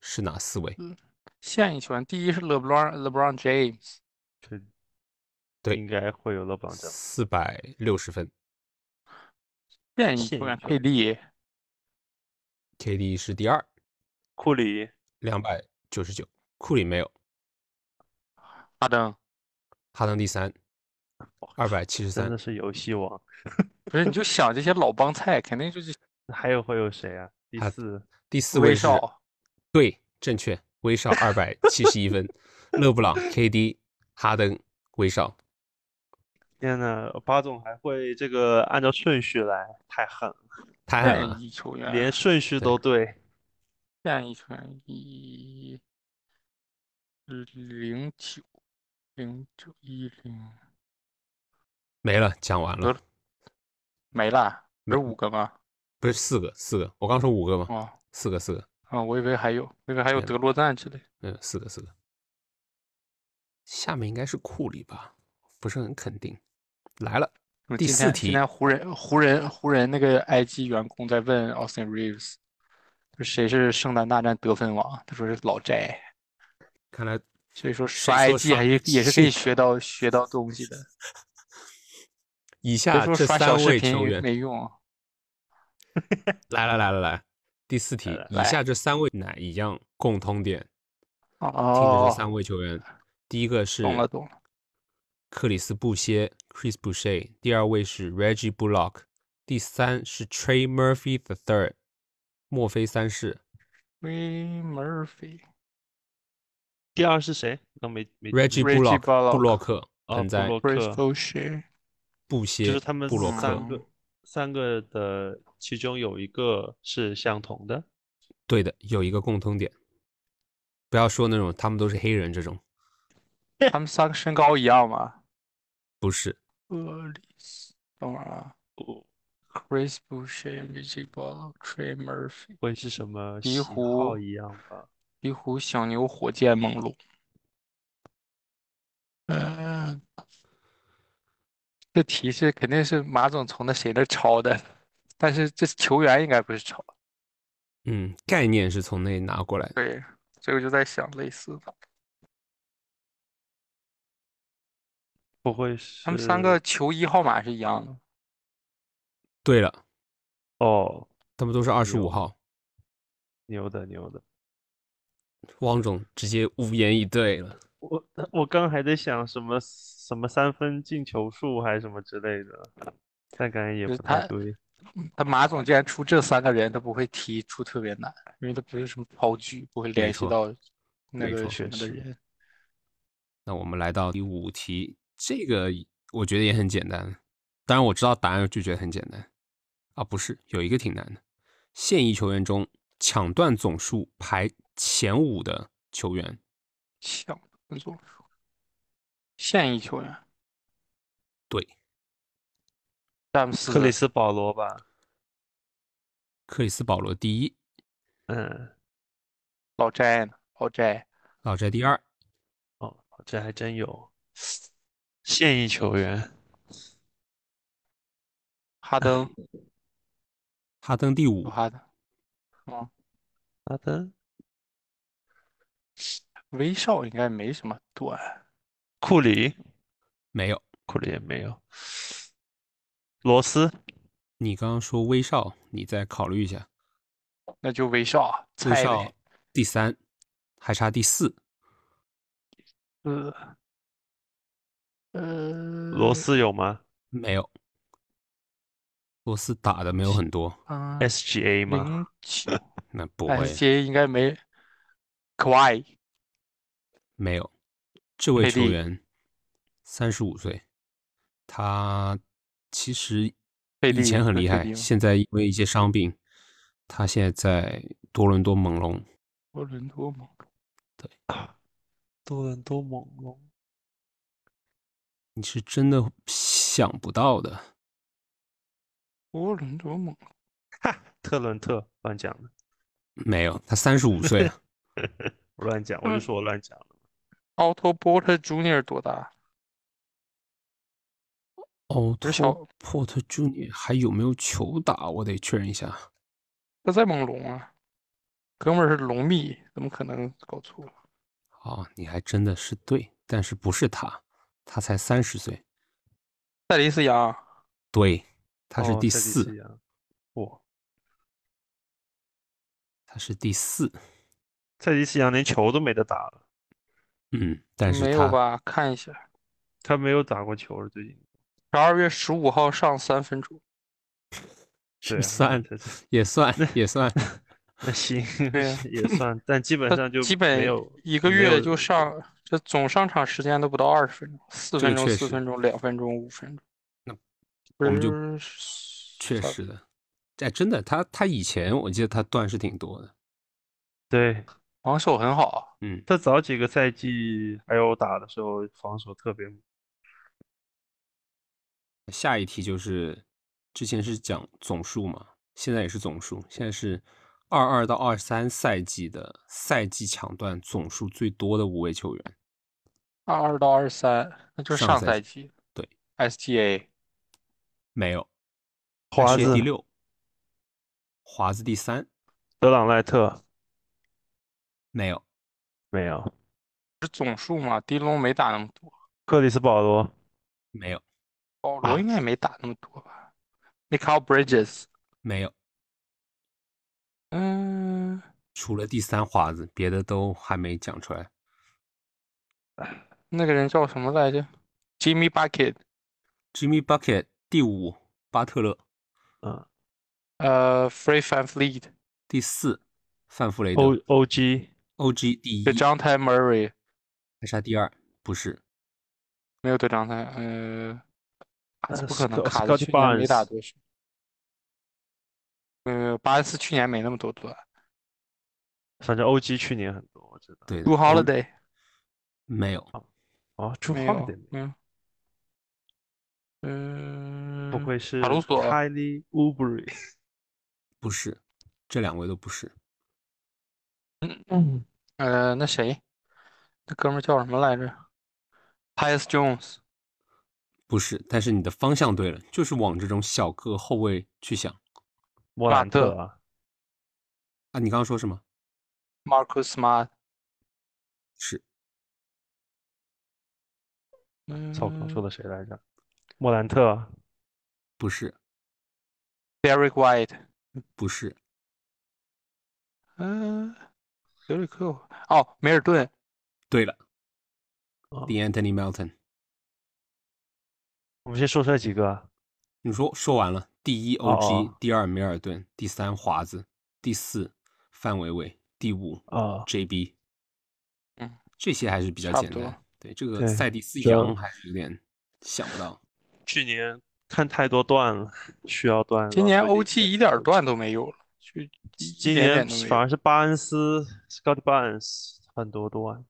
B: 是哪四位？
C: 现役球员第一是 LeBron LeBron James，
A: 这
B: 对
A: 应该会有了榜样。
B: 四百六十分
C: 现役
A: 现
C: 球
A: 役
C: 员
A: 球
C: KD，
B: ，KD 是第二，
A: 库里、
B: 两百九十九，库里没有，
C: 哈登
B: 哈登第三，
A: 哦
B: 二百七十
A: 真
B: 三
A: 的，是游戏王，
C: 不是你就想这些老帮菜，肯定就是
A: 还有会有谁啊？第
B: 还
A: 四，
B: 第四位
C: 威
B: 是，
C: 少、啊
B: 对，正确，威少二百七十一分，勒布朗、KD、哈登、威少，
A: 天呐，巴总还会这个按照顺序来，太狠了，
B: 太狠
C: 现
B: 了，
C: 役球员，
A: 连顺序都对。
C: 现役球员一零九零九一零
B: 没了，讲完了，
C: 没了，不
B: 没
C: 是五个吗？
B: 不是四个，四个，我刚说五个吗？
C: 哦
B: 四个，四个。
C: 啊，我以为还有，我以为还有
B: 没了
C: 德罗赞之类。
B: 嗯，四个四个。下面应该是库里吧，不是很肯定。来了，
C: 我
B: 第
C: 今
B: 四
C: 天
B: 题
C: 今天湖人湖人湖人那个 IG 员工在问 Austin Reeves，就谁是圣诞大战得分王？他说是老斋。
B: 看来
C: 所以说
B: 谁
C: 刷
B: 说
C: IG
B: 刷
C: 还是也是可以
B: 谁
C: 学到学到东西的。
B: 以
C: 别
B: 下
C: 说
B: 这
C: 刷小
B: 三
C: 视
B: 位
C: 频
B: 球
C: 也
B: 员，
C: 没用啊，
B: 来来来来来，第四题，以
C: 来
B: 下这三位哪一样共通点？听着
C: 哦
B: 这，三位球员，第一个是
C: 懂了懂了，
B: 克里斯布歇 （Chris Boucher），第二位是 Reggie Bullock，第三是 Trey Murphy the Third，墨菲三世。
C: 威门菲
A: 第二是谁？刚没没记
B: Reggie
C: Reggie
B: Bullock，
C: Bullock
B: 布洛克，
A: 哦
B: 盆
A: 布
B: 栽
A: 洛，克
C: Crystal Shea，
B: 布
A: 就
B: 歇
A: 是，他们
B: 布洛克
A: 三个三个的其中有一个是相同的。
B: 对的，有一个共通点，不要说那种他们都是黑人这种，
C: 他们三个身高一样吗？
B: 不是，
C: 厄里斯，等会儿啊
A: 哦
C: ，Chris Boucher、Reggie Bullock、Trey Murphy，
A: 会是什么
C: 鹈
A: 喜好
C: 鹕
A: 一样吧？
C: 鹈鹕、小牛、火箭、猛龙。嗯， 这题是肯定是马总从那谁那儿抄的，但是这球员应该不是抄。
B: 嗯，概念是从那里拿过来的。
C: 对，这个就在想类似的，
A: 不会
C: 他们三个球衣号码是一样的。
B: 对了，
A: 哦，
B: 他们都是二十五
A: 有
B: 号，
A: 牛的牛的。
B: 汪总直接无言以对了。
A: 我我刚还在想什么什么三分进球数还是什么之类的，但感觉也不
C: 就是
A: 太
C: 他
A: 对。
C: 他马总既然出这三个人，他不会提出特别难，因为他不是什么抛举，不会联系
B: 错
C: 到那
B: 没
C: 个
B: 错
C: 什
A: 确
C: 么的
A: 实
C: 人。
B: 那我们来到第五题，这个我觉得也很简单，当然我知道答案就觉得很简单啊，不是，有一个挺难的，现役球员中抢断总数排前五的球员，
C: 抢分总数，现役球员，詹姆斯
A: 克里斯保罗吧，
B: 克里斯保罗第一，
A: 嗯，
C: 老詹呢？老詹，
B: 老詹第二，
A: 哦，这还真有现役球员，
C: 哈登，
B: 哈登第
C: 有
A: 哦
B: 五，
C: 哈登，
A: 哈登、
C: 威少应该没什么短，
A: 库里，
B: 没有。
A: 库里也没有，罗斯，
B: 你刚刚说威少，你再考虑一下，
C: 那就威少啊，
B: 威
C: 猜
B: 少
C: 呗
B: 第三，还差第四，
C: 呃，呃，
A: 罗斯有吗
B: 没有。罗斯打的没有很多，
C: 啊，
A: ？SGA 吗？
C: 零九
B: 那不会
C: SJ 应该没，Kawhi
B: 没有。这位
C: 佩
B: 球
C: 蒂
B: 员三十五岁，他其实
C: 贝
B: 以
C: 利
B: 前很
C: 那
B: 厉
C: 贝
B: 害，
C: 利吗
B: 现在因为一些伤病，他现在在多伦多猛龙。
C: 多伦多猛龙，
A: 多伦多猛龙，
B: 你是真的想不到的。
C: 多伦多猛龙，
A: 哈，特伦特，乱讲的，
B: 没有，他三十五 岁了，
A: 我乱讲，
C: 嗯
A: 我就说我乱讲了。
C: Otto Porter Jr. 多大？啊
B: 哦，
C: 不是小
B: 托破特 Junior 还有没有球打？我得确认一下。
C: 他在猛龙啊，哥们儿是龙蜜，怎么可能搞错？
B: 哦，你还真的是对，但是不是他，他才三十岁，
C: 塞雷斯杨，
B: 对，他是
A: 哦
B: 第
A: 这里
B: 四，
A: 是杨哇，
B: 他是第四，
A: 塞迪斯杨连球都没得打了，
B: 嗯，但是
C: 没有
B: 他
C: 吧？看一下，
A: 他没有打过球了，最近。
C: 十二月十五号上三分钟，
A: 对啊，
B: 算
A: 这是
B: 也算也算，
A: 那行
C: 对啊
A: 也算，但基本
C: 他
A: 上就
C: 基
A: 没
C: 本
A: 有
C: 一个
A: 没
C: 月
A: 有
C: 就上，这总上场时间都不到二十分钟，四
B: 这
C: 分
B: 个
C: 钟、
B: 确
C: 四
B: 实
C: 分钟、两分钟、五分钟，
B: 那我们就确
C: 算
B: 实的，哎，真的，他他以前我记得他段是挺多的，
A: 对
C: 防守很好，
B: 嗯，
A: 他早几个赛季还有打的时候防守特别猛，
B: 下一题就是之前是讲总数嘛，现在也是总数，现在是二二到二三赛季的赛季抢断总数最多的五位球员，
C: 二啊二到二三，那就是
B: 上
C: 上
B: 赛
C: 赛
B: 季
C: 季。
B: 对
C: ，SGA
B: 没有，他
A: 华
B: 是
A: 子
B: 第六，华子第三，
A: 德朗赖特
B: 没有，
A: 没有，
C: 是总数嘛？迪龙没打那么多，
A: 克里斯保罗
B: 没有，
C: 保
B: 啊
C: 罗应该没打那么多吧 m i c h a e l Bridges，
B: 没有，
C: 嗯，
B: 除了第三华子，别的都还没讲出来。
C: 那个人叫什么来着？Jimmy Bucket，
B: Jimmy Bucket 第五，巴特勒
C: 呃，Free Fan Fleet，
B: 第四，范弗雷德
A: O O G
B: ，OG 第一，
C: 对张台 Murray
B: 还差第二，不是，
C: 没有对张台，呃，卡兹
A: 呃
C: 不可能，
A: ，Scott-
C: 卡兹
A: Scottie
C: 去年没打
A: Barnes
C: 多少。呃，巴恩斯去年没那么多段。
A: 反正 O G 去年很多，我知道。
B: 对的
C: Do
B: ，O-
C: Holiday
B: 没有，
A: 哦，朱
C: 没
A: 浩
C: 有
A: 得，
C: 没有。嗯，
A: 不愧是
C: 卡鲁索
A: Kylie Ubry，
B: 不是，这两位都不是。
C: 嗯，呃，那谁，那哥们儿叫什么来着？Tyus Jones，
B: 不是，但是你的方向对了，就是往这种小个后卫去想
A: 莫
C: 巴
A: 兰
C: 特
A: 啊，
B: 啊。你刚刚说什么？
C: Marcus Smart，
B: 是
A: 操，我刚说
C: 嗯
A: 的谁来着？莫兰特啊，
B: 不是？
C: 呃，Derek White，
B: 不是，
C: 嗯，德里克，哦，梅尔顿，
B: 对了
A: 哦
B: ，The Anthony Melton。
A: 我们先说出来几个啊，
B: 你说说完了，第一
A: 哦
B: OG，
A: 哦
B: 第二米尔顿，第三华子，第四范伟伟，第五
A: 啊
C: 哦
B: JB。
C: 嗯，
B: 这些还是比较
C: 差不
B: 简单
C: 多。
B: 对，这个
A: 对
B: 赛迪斯
A: 主要
B: 杨还是有点想不到。
A: 去年看太多段了，需要段。
C: 今年
A: 老规
C: OG
A: 矩
C: 一点儿段都没有了，就一
A: 今
C: 一点
A: 年
C: 点都没
A: 反
C: 有。
A: 而是巴恩斯 Scott Barnes 很多段，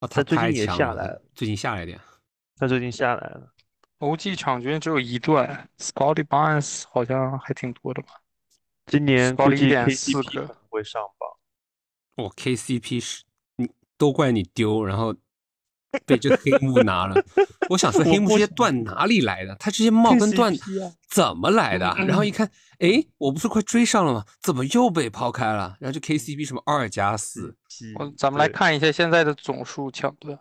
B: 哦，他
A: 但最近
B: 太
A: 也
B: 强
A: 下
B: 了
A: 来了，
B: 最近下来一点。
A: 他最近下来了。
C: OG 场均只有一段，Scotty Barnes 好像还挺多的吧？
A: 今年估
C: Scotty
A: 计
C: 1.4
A: KCP
C: 个
A: 可能会上榜。
B: 我 KCP 是你都怪你丢，然后被这黑幕拿了。 我想说黑幕这些段哪里来的？他这些帽跟段
A: KCP 啊
B: 怎么来的？然后一看，哎，我不是快追上了吗？怎么又被抛开了？然后这 KCP 什么二加四，
C: 嗯我咱们
A: 嗯
C: 来
A: 对
C: 看一下现在的总数抢断，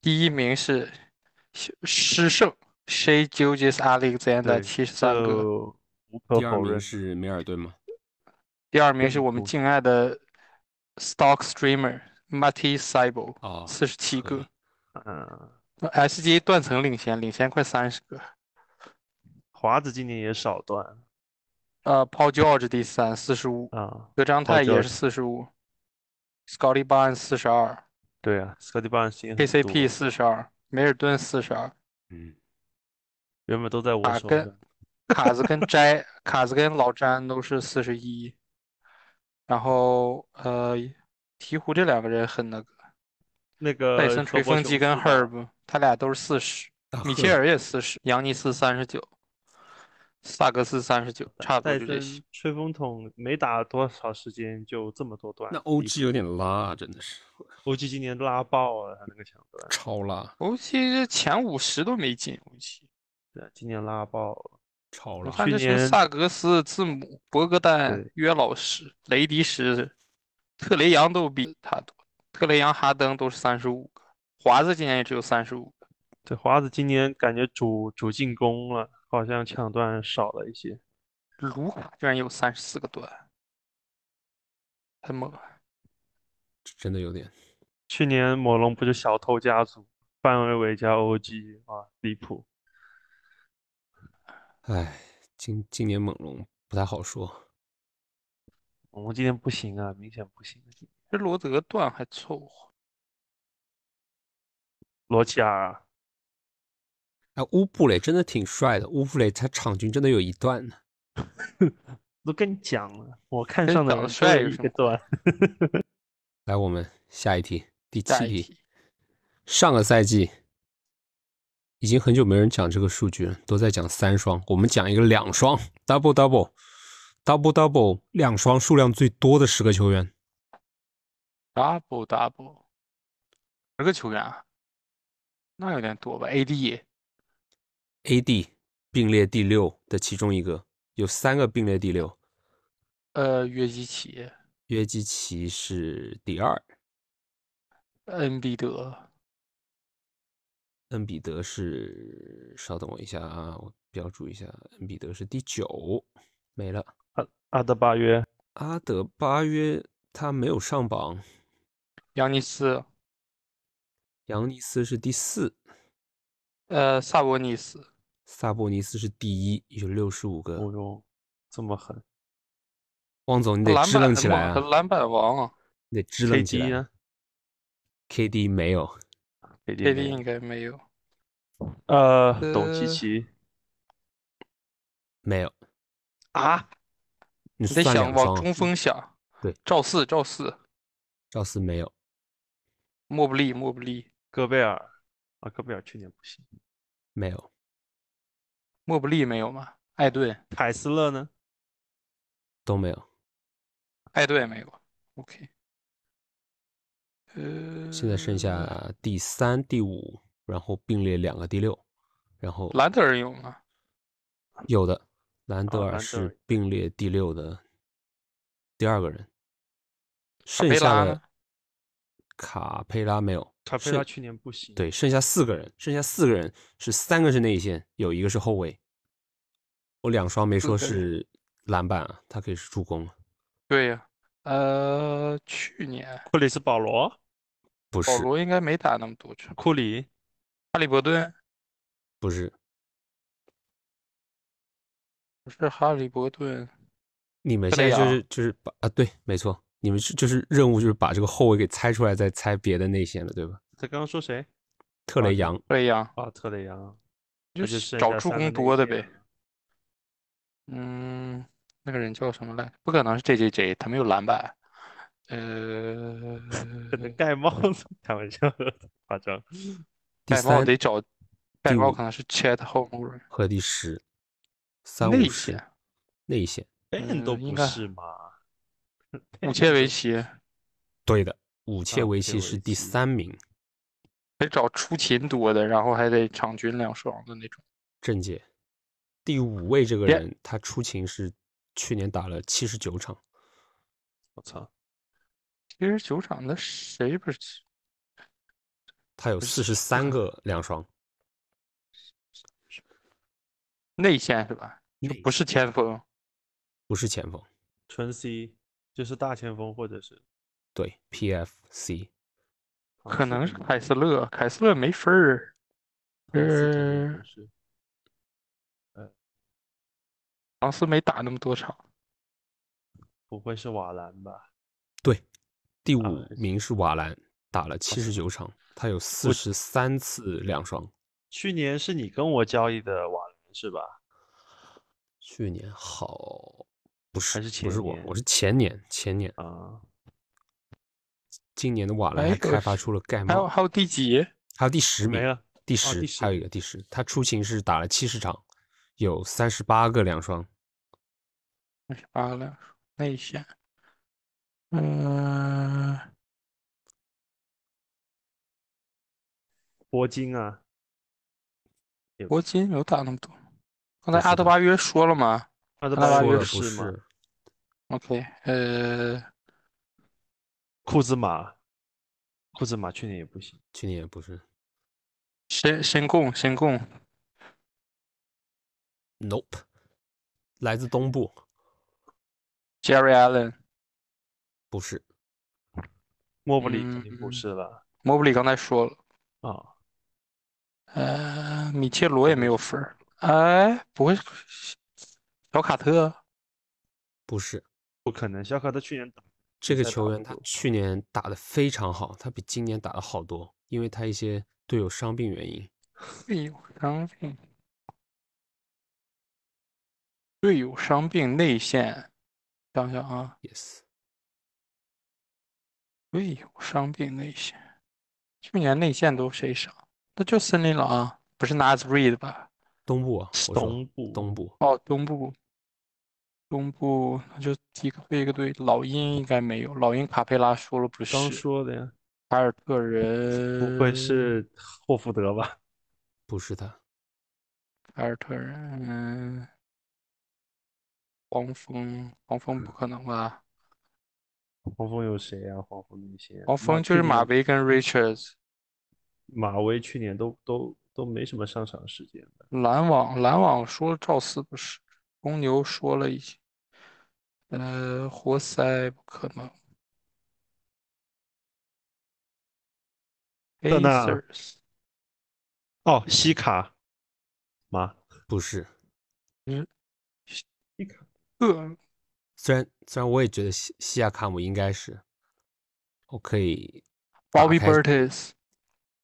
C: 第一名是施施胜 Shea Gilgis Alexander
A: 对
C: 七十三个，
A: 就无可
B: 第二
A: 否
B: 名
A: 认，
B: 是米尔顿吗？
C: 第二名是我们
A: 更多
C: 敬爱的 Stock Streamer Matty Seibel
B: 哦，
C: 四十七个
A: 嗯，
C: ，SGA 断层领先，领先快三十个。
A: 华子今年也少段
C: 呃，Paul George 第三四十五，
A: 啊，
C: 德章
A: Paul
C: 泰也
A: George
C: 是四十五，Scotty Barnes 四十二
A: 对啊，Scottie Barnes 今年很
C: ，KCP
A: 多
C: 四十二，梅尔顿四十二，
B: 嗯，
A: 原本都在我
C: 打
A: 手
C: 跟
A: 上，
C: 卡子跟 斋，卡子跟老詹都是四十一，然后呃，鹈鹕这两个人很那个，
A: 那个
C: 戴森
A: 呃传
C: 吹
A: 播
C: 风
A: 球
C: 机跟
A: 四吧
C: Herb，他俩都是 四十，
B: 大
C: 米
B: 赫
C: 切尔也四十，扬尼斯三十九，萨格斯三十九，差不多
A: 呃戴
C: 就这
A: 森
C: 些。
A: 吹风筒没打多少时间就这么多段，
B: 那 OG 有点拉啊，真的是
A: OG 今年拉爆了他那个抢断，
B: 超拉，
C: 欧气这前五十都没进，欧气。
A: 对啊，今年拉爆了，
B: 超
C: 我
B: 拉。
C: 看
A: 去
C: 这是
A: 年
C: 萨格斯、字母、博格丹
A: 对、
C: 约老师、雷迪什、特雷杨都比他多，特雷杨、哈登都是三十五个，华子今年也只有三十五个。
A: 对，华子今年感觉主主进攻了，好像抢断少了一些，
C: 卢卡居然有三十四个段，太猛啊了！
B: 真的有点。
A: 去年猛龙不是小偷家族，范伟伟加 OG 啊，离谱，
B: 唉，今今年猛龙不太好说。
A: 猛龙今年不行啊，明显不行，
C: 这罗德段还凑合，
A: 罗齐尔啊，
B: 哎，乌布雷真的挺帅的，乌布雷他场均真的有一段呢。
A: 都跟你讲了，我看
C: 跟
A: 上的人
C: 长得
A: 都
C: 帅
A: 有
C: 有
A: 一
C: 什
A: 个
C: 么
A: 段，
B: 来，我们下一题，第
C: 下
B: 七
C: 一
B: 题。
C: 题，
B: 上个赛季已经很久没人讲这个数据了，都在讲三双，我们讲一个两双，double double double double 两双数量最多的十个球员。
C: double double，十个球员啊，那有点多吧？AD
B: AD 并列第六的其中一个，有三个并列第六，
C: 呃约基奇、
B: 约基奇是第二，
C: 恩比德、
B: 恩比德是，稍等我一下啊，我标注一下，恩比德是第九，没了。
A: 阿德巴约。
B: 阿德巴约他没有上榜，
C: 扬尼斯、
B: 扬尼斯是第四，
C: 呃萨博尼斯、
B: 萨博尼斯是第一，有六十五个
A: 哦。哟，这么狠
B: 汪总，你得
C: 篮
B: 支
C: 板
B: 棱
C: 很
B: 起来
C: 猛
B: 啊
C: 他，篮板王啊
B: 你得支棱起
A: ，KD
B: 来。
A: 呢
B: KD 没有，
A: ？KD
C: ，KD
A: 没有
C: 应该没有。
A: 呃，董
C: 呃
A: 琪琪，
B: 没有，
C: 啊，你
B: 你
C: 在
B: 算
C: 想
B: 两
C: 往
B: 双
C: 中锋想，
B: 对，
C: 赵四、赵四、
B: 赵四没有，
C: 莫布利、莫布利、
A: 戈贝尔啊，戈贝尔去年不行。
B: 没有，
C: 莫布利没有吗？艾顿、
A: 凯斯勒呢？
B: 都没有。
C: 艾顿也没有。OK，呃，
B: 现在剩下第三、第五，然后并列两个第六，然后
C: 兰德尔有吗？
B: 有的，兰德
C: 哦
A: 啊
B: 尔
A: 兰德
B: 是
A: 尔
B: 并列第六的第二个人，剩
C: 佩
B: 下
C: 拉
B: 的
C: 呢
B: 卡佩拉没有，
A: 卡佩
B: 是
A: 拉去年不行。，
B: 对，剩下四个人，剩下四个人是三个是内线，有一个是后卫。我两双没说
C: 四个人
B: 是篮板啊，他可以是助攻啊，
C: 对呀，呃，去年
A: 库里是保罗，
B: 不是
C: 保罗应该没打那么多场。
A: 库里
C: 哈利伯顿
B: 不是，
C: 不是哈利伯顿，
B: 你们
C: 克
B: 现
C: 雷
B: 在就
C: 昂
B: 是就是把啊，对，没错，你们是就是任务就是把这个后卫给猜出来，再猜别的内线了，对吧？
A: 他刚刚说谁？
B: 特雷杨
C: 对呀，
A: 啊，特雷杨，那
C: 就
A: 就是剩
C: 找
A: 下
C: 助
A: 三
C: 攻
A: 个内
C: 多的
A: 线
C: 呗。
A: 了
C: 嗯，那个人叫什么来？不可能是 JJJ，他没有篮板。呃，
A: 可能盖帽子，开玩笑的，夸张。
B: 第
C: 盖帽
B: 三
C: 得找，再
B: 第
C: 高
B: 五
C: 可能是 Chat Homer
B: 和第十，三
C: 内
B: 五十
C: 线，
B: 内线，
A: Ben 都
C: 嗯应
A: 不
C: 该
A: 是 嘛？
C: 武切维奇，
B: 对的，武切
A: 啊武
B: 维
A: 切
B: 奇
A: 维
B: 是第
A: 奇
B: 三名，
C: 得找出勤多的，然后还得场均两双的那种。
B: 郑姐，第五位这个
C: 别
B: 人，他出勤是去年打了七十九场，
A: 我操，
C: 其实球场的谁不是？
B: 他有四十三个两双，
C: 内线是吧？就
B: 内
C: 不是前锋，
B: 不是前锋，
A: 纯 C 就是大前锋或者是
B: 对，PFC
A: 好像
C: 可能
A: 是
C: 是凯斯勒。凯斯勒没分儿，
A: 唐斯肯定
C: 呃
A: 不是
C: 唐斯没打那么多场。
A: 不会是瓦兰吧？
B: 对，第
A: 啊
B: 五名是瓦兰，打了七十九场，他有四十三次两双。
A: 去年是你跟我交易的瓦兰是吧？
B: 去年好，不是
A: 还是
B: 不是
A: 前
B: 我，
A: 年
B: 我是前年前年，
A: 啊，
B: 今年的瓦兰
C: 哎
B: 还开
C: 我
B: 发
C: 是
B: 出了盖
C: 还有
B: 帽，
C: 还有第几？
B: 还有第十名
A: 没，了。
B: 第
A: 哦
B: 十
A: 第
B: 还有
A: 10
B: 一个第十，他出勤是打了七十场，有三十八个两双。
C: 那是八个两内线。嗯、
A: 铂金啊，也不
C: 铂金有打那么多？刚才
B: 不是
C: 阿德
B: 的
C: 巴约说了吗
A: 阿德
C: 阿拉
A: 巴
C: 伯
B: 说
A: 约
B: 了
A: 不
B: 不
A: 吗？
B: 是，
C: ？OK，呃，
A: 库兹马，库兹马去年也不行。
B: 去年也不是。
C: 申申贡，申贡，
B: Nope，来自东部，
C: Jerry Allen，
B: 不是。
A: 莫布里肯定不
C: 嗯
A: 是了
C: 莫布里刚才说了，
A: 啊，
C: 呃，米切罗也没有分儿，哎，不会是小卡特
B: 不是
A: 不可能。小卡特去年打
B: 这个
A: 在
B: 球
A: 打嗯
B: 员，
A: 不
B: 他
A: 住
B: 去年打得非常好，他比今年打得好多，因为他一些队友伤病原因。
C: 队友伤病，队友伤病内线，想想啊，
B: Yes，
C: 队友伤病内线，去年内线都谁伤？那就森林狼，啊不是 Nas Reed 吧？
B: 东部啊，我说
A: 东部，
B: 东部
C: 哦，东部，东部那就几个队一个队，老鹰应该没有，老鹰卡佩拉说了不
A: 刚
C: 是，
A: 说的呀，
C: 凯尔特
A: 不会
C: 人。
A: 是霍福德吧？
B: 不是他，
C: 凯尔特人，嗯，黄蜂，黄蜂不可能吧？
A: 黄蜂有谁啊？黄蜂那些，
C: 黄蜂就是马
A: 威，
C: 维跟 Richards，
A: 马威去年都都都没什么上场时间的。
C: 篮网，篮网说赵四不是，公牛说了已经，呃，活塞不可能
A: 特纳
C: ，Pacers，
A: 哦，西卡，吗？
B: 不是。
A: 西卡，
C: 呃，
B: 虽然虽然我也觉得西西亚卡姆应该是，我可以，
C: Bobby
B: 打开
C: Burtis，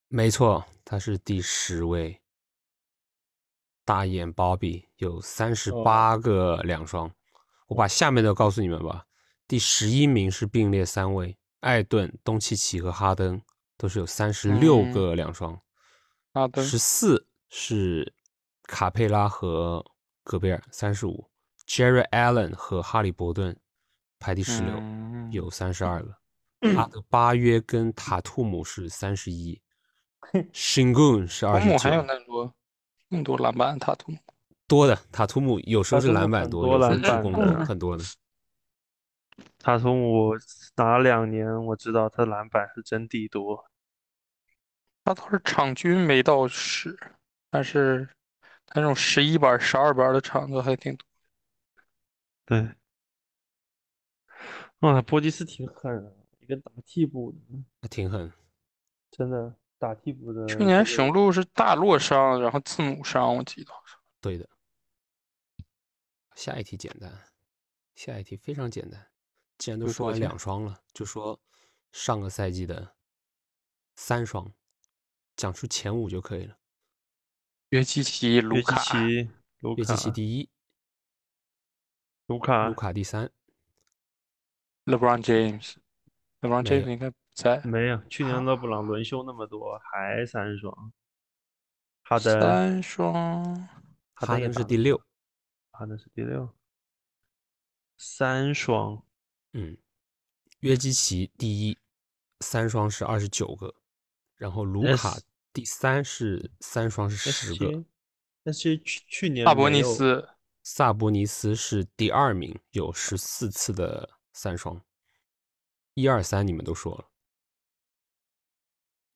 B: 没错，他是第十位。大眼鲍比有三
C: 哦
B: 十八个两双，我把下面的告诉你们吧。第十一名是并列三位，艾顿、东契奇和哈登都是有三十六
C: 嗯
B: 个两双。
C: 哈登，
B: 十四是卡佩拉和戈贝尔，三十五；Jerry Allen 和哈利伯顿排第十六、
C: 嗯
B: 有三十二个。阿德巴约跟塔图姆是三十一，Shingun 是
C: 图
B: 二十
C: 姆
B: 九，
C: 还有那么多，那么多篮板，塔图姆，
B: 多的塔图姆有时候
A: 塔
B: 是
A: 图姆
B: 篮板
A: 很
B: 多，
A: 多
B: 有时候
A: 篮
B: 助
A: 板
B: 攻
A: 的
B: 很多的。
A: 他从我打两年，我知道他篮板是真地多。
C: 他倒是场均没到十，但是他那种十一板、十二板的场子还挺多。
A: 对，啊，波吉斯挺狠啊，一个打替补的，
B: 还挺狠。
A: 真的打替补的。
B: 呃
C: 去年雄鹿是大洛伤，然后字母伤，我记得好像。
B: 对的。下一题简单，下一题非常简单。既然都
C: 回
B: 说
C: 国
B: 完
C: 去
B: 两双了，就说上个赛季的三双，讲出前五就可以了。
C: 约基奇、卢
A: 约基
C: 卡、
A: 奇、卢
B: 约基奇
A: 卡、
B: 第一，
A: 卢卡
B: 卢卡第三，
C: LeBron James、LeBron
B: 没嗯
C: James
B: 有
C: 应该不在。
A: 没有，去年
B: 啊
A: 勒布朗轮休那么多，还三双，哈登，
C: 三双，
A: 哈
B: 哈
A: 登也
B: 登是
A: 打
B: 第六，
A: 哈登是第六，三双，
B: 嗯，约基奇第一，三双是二十九个，然后卢
A: 那
B: 卡
A: 是
B: 第三是三双是
A: 但
B: 十
A: 其
B: 个，
A: 实但是去去年
C: 萨博
A: 没
C: 尼
A: 有，
C: 斯，
B: 萨博尼斯是第二名，有十四次的三双，一二三你们都说了，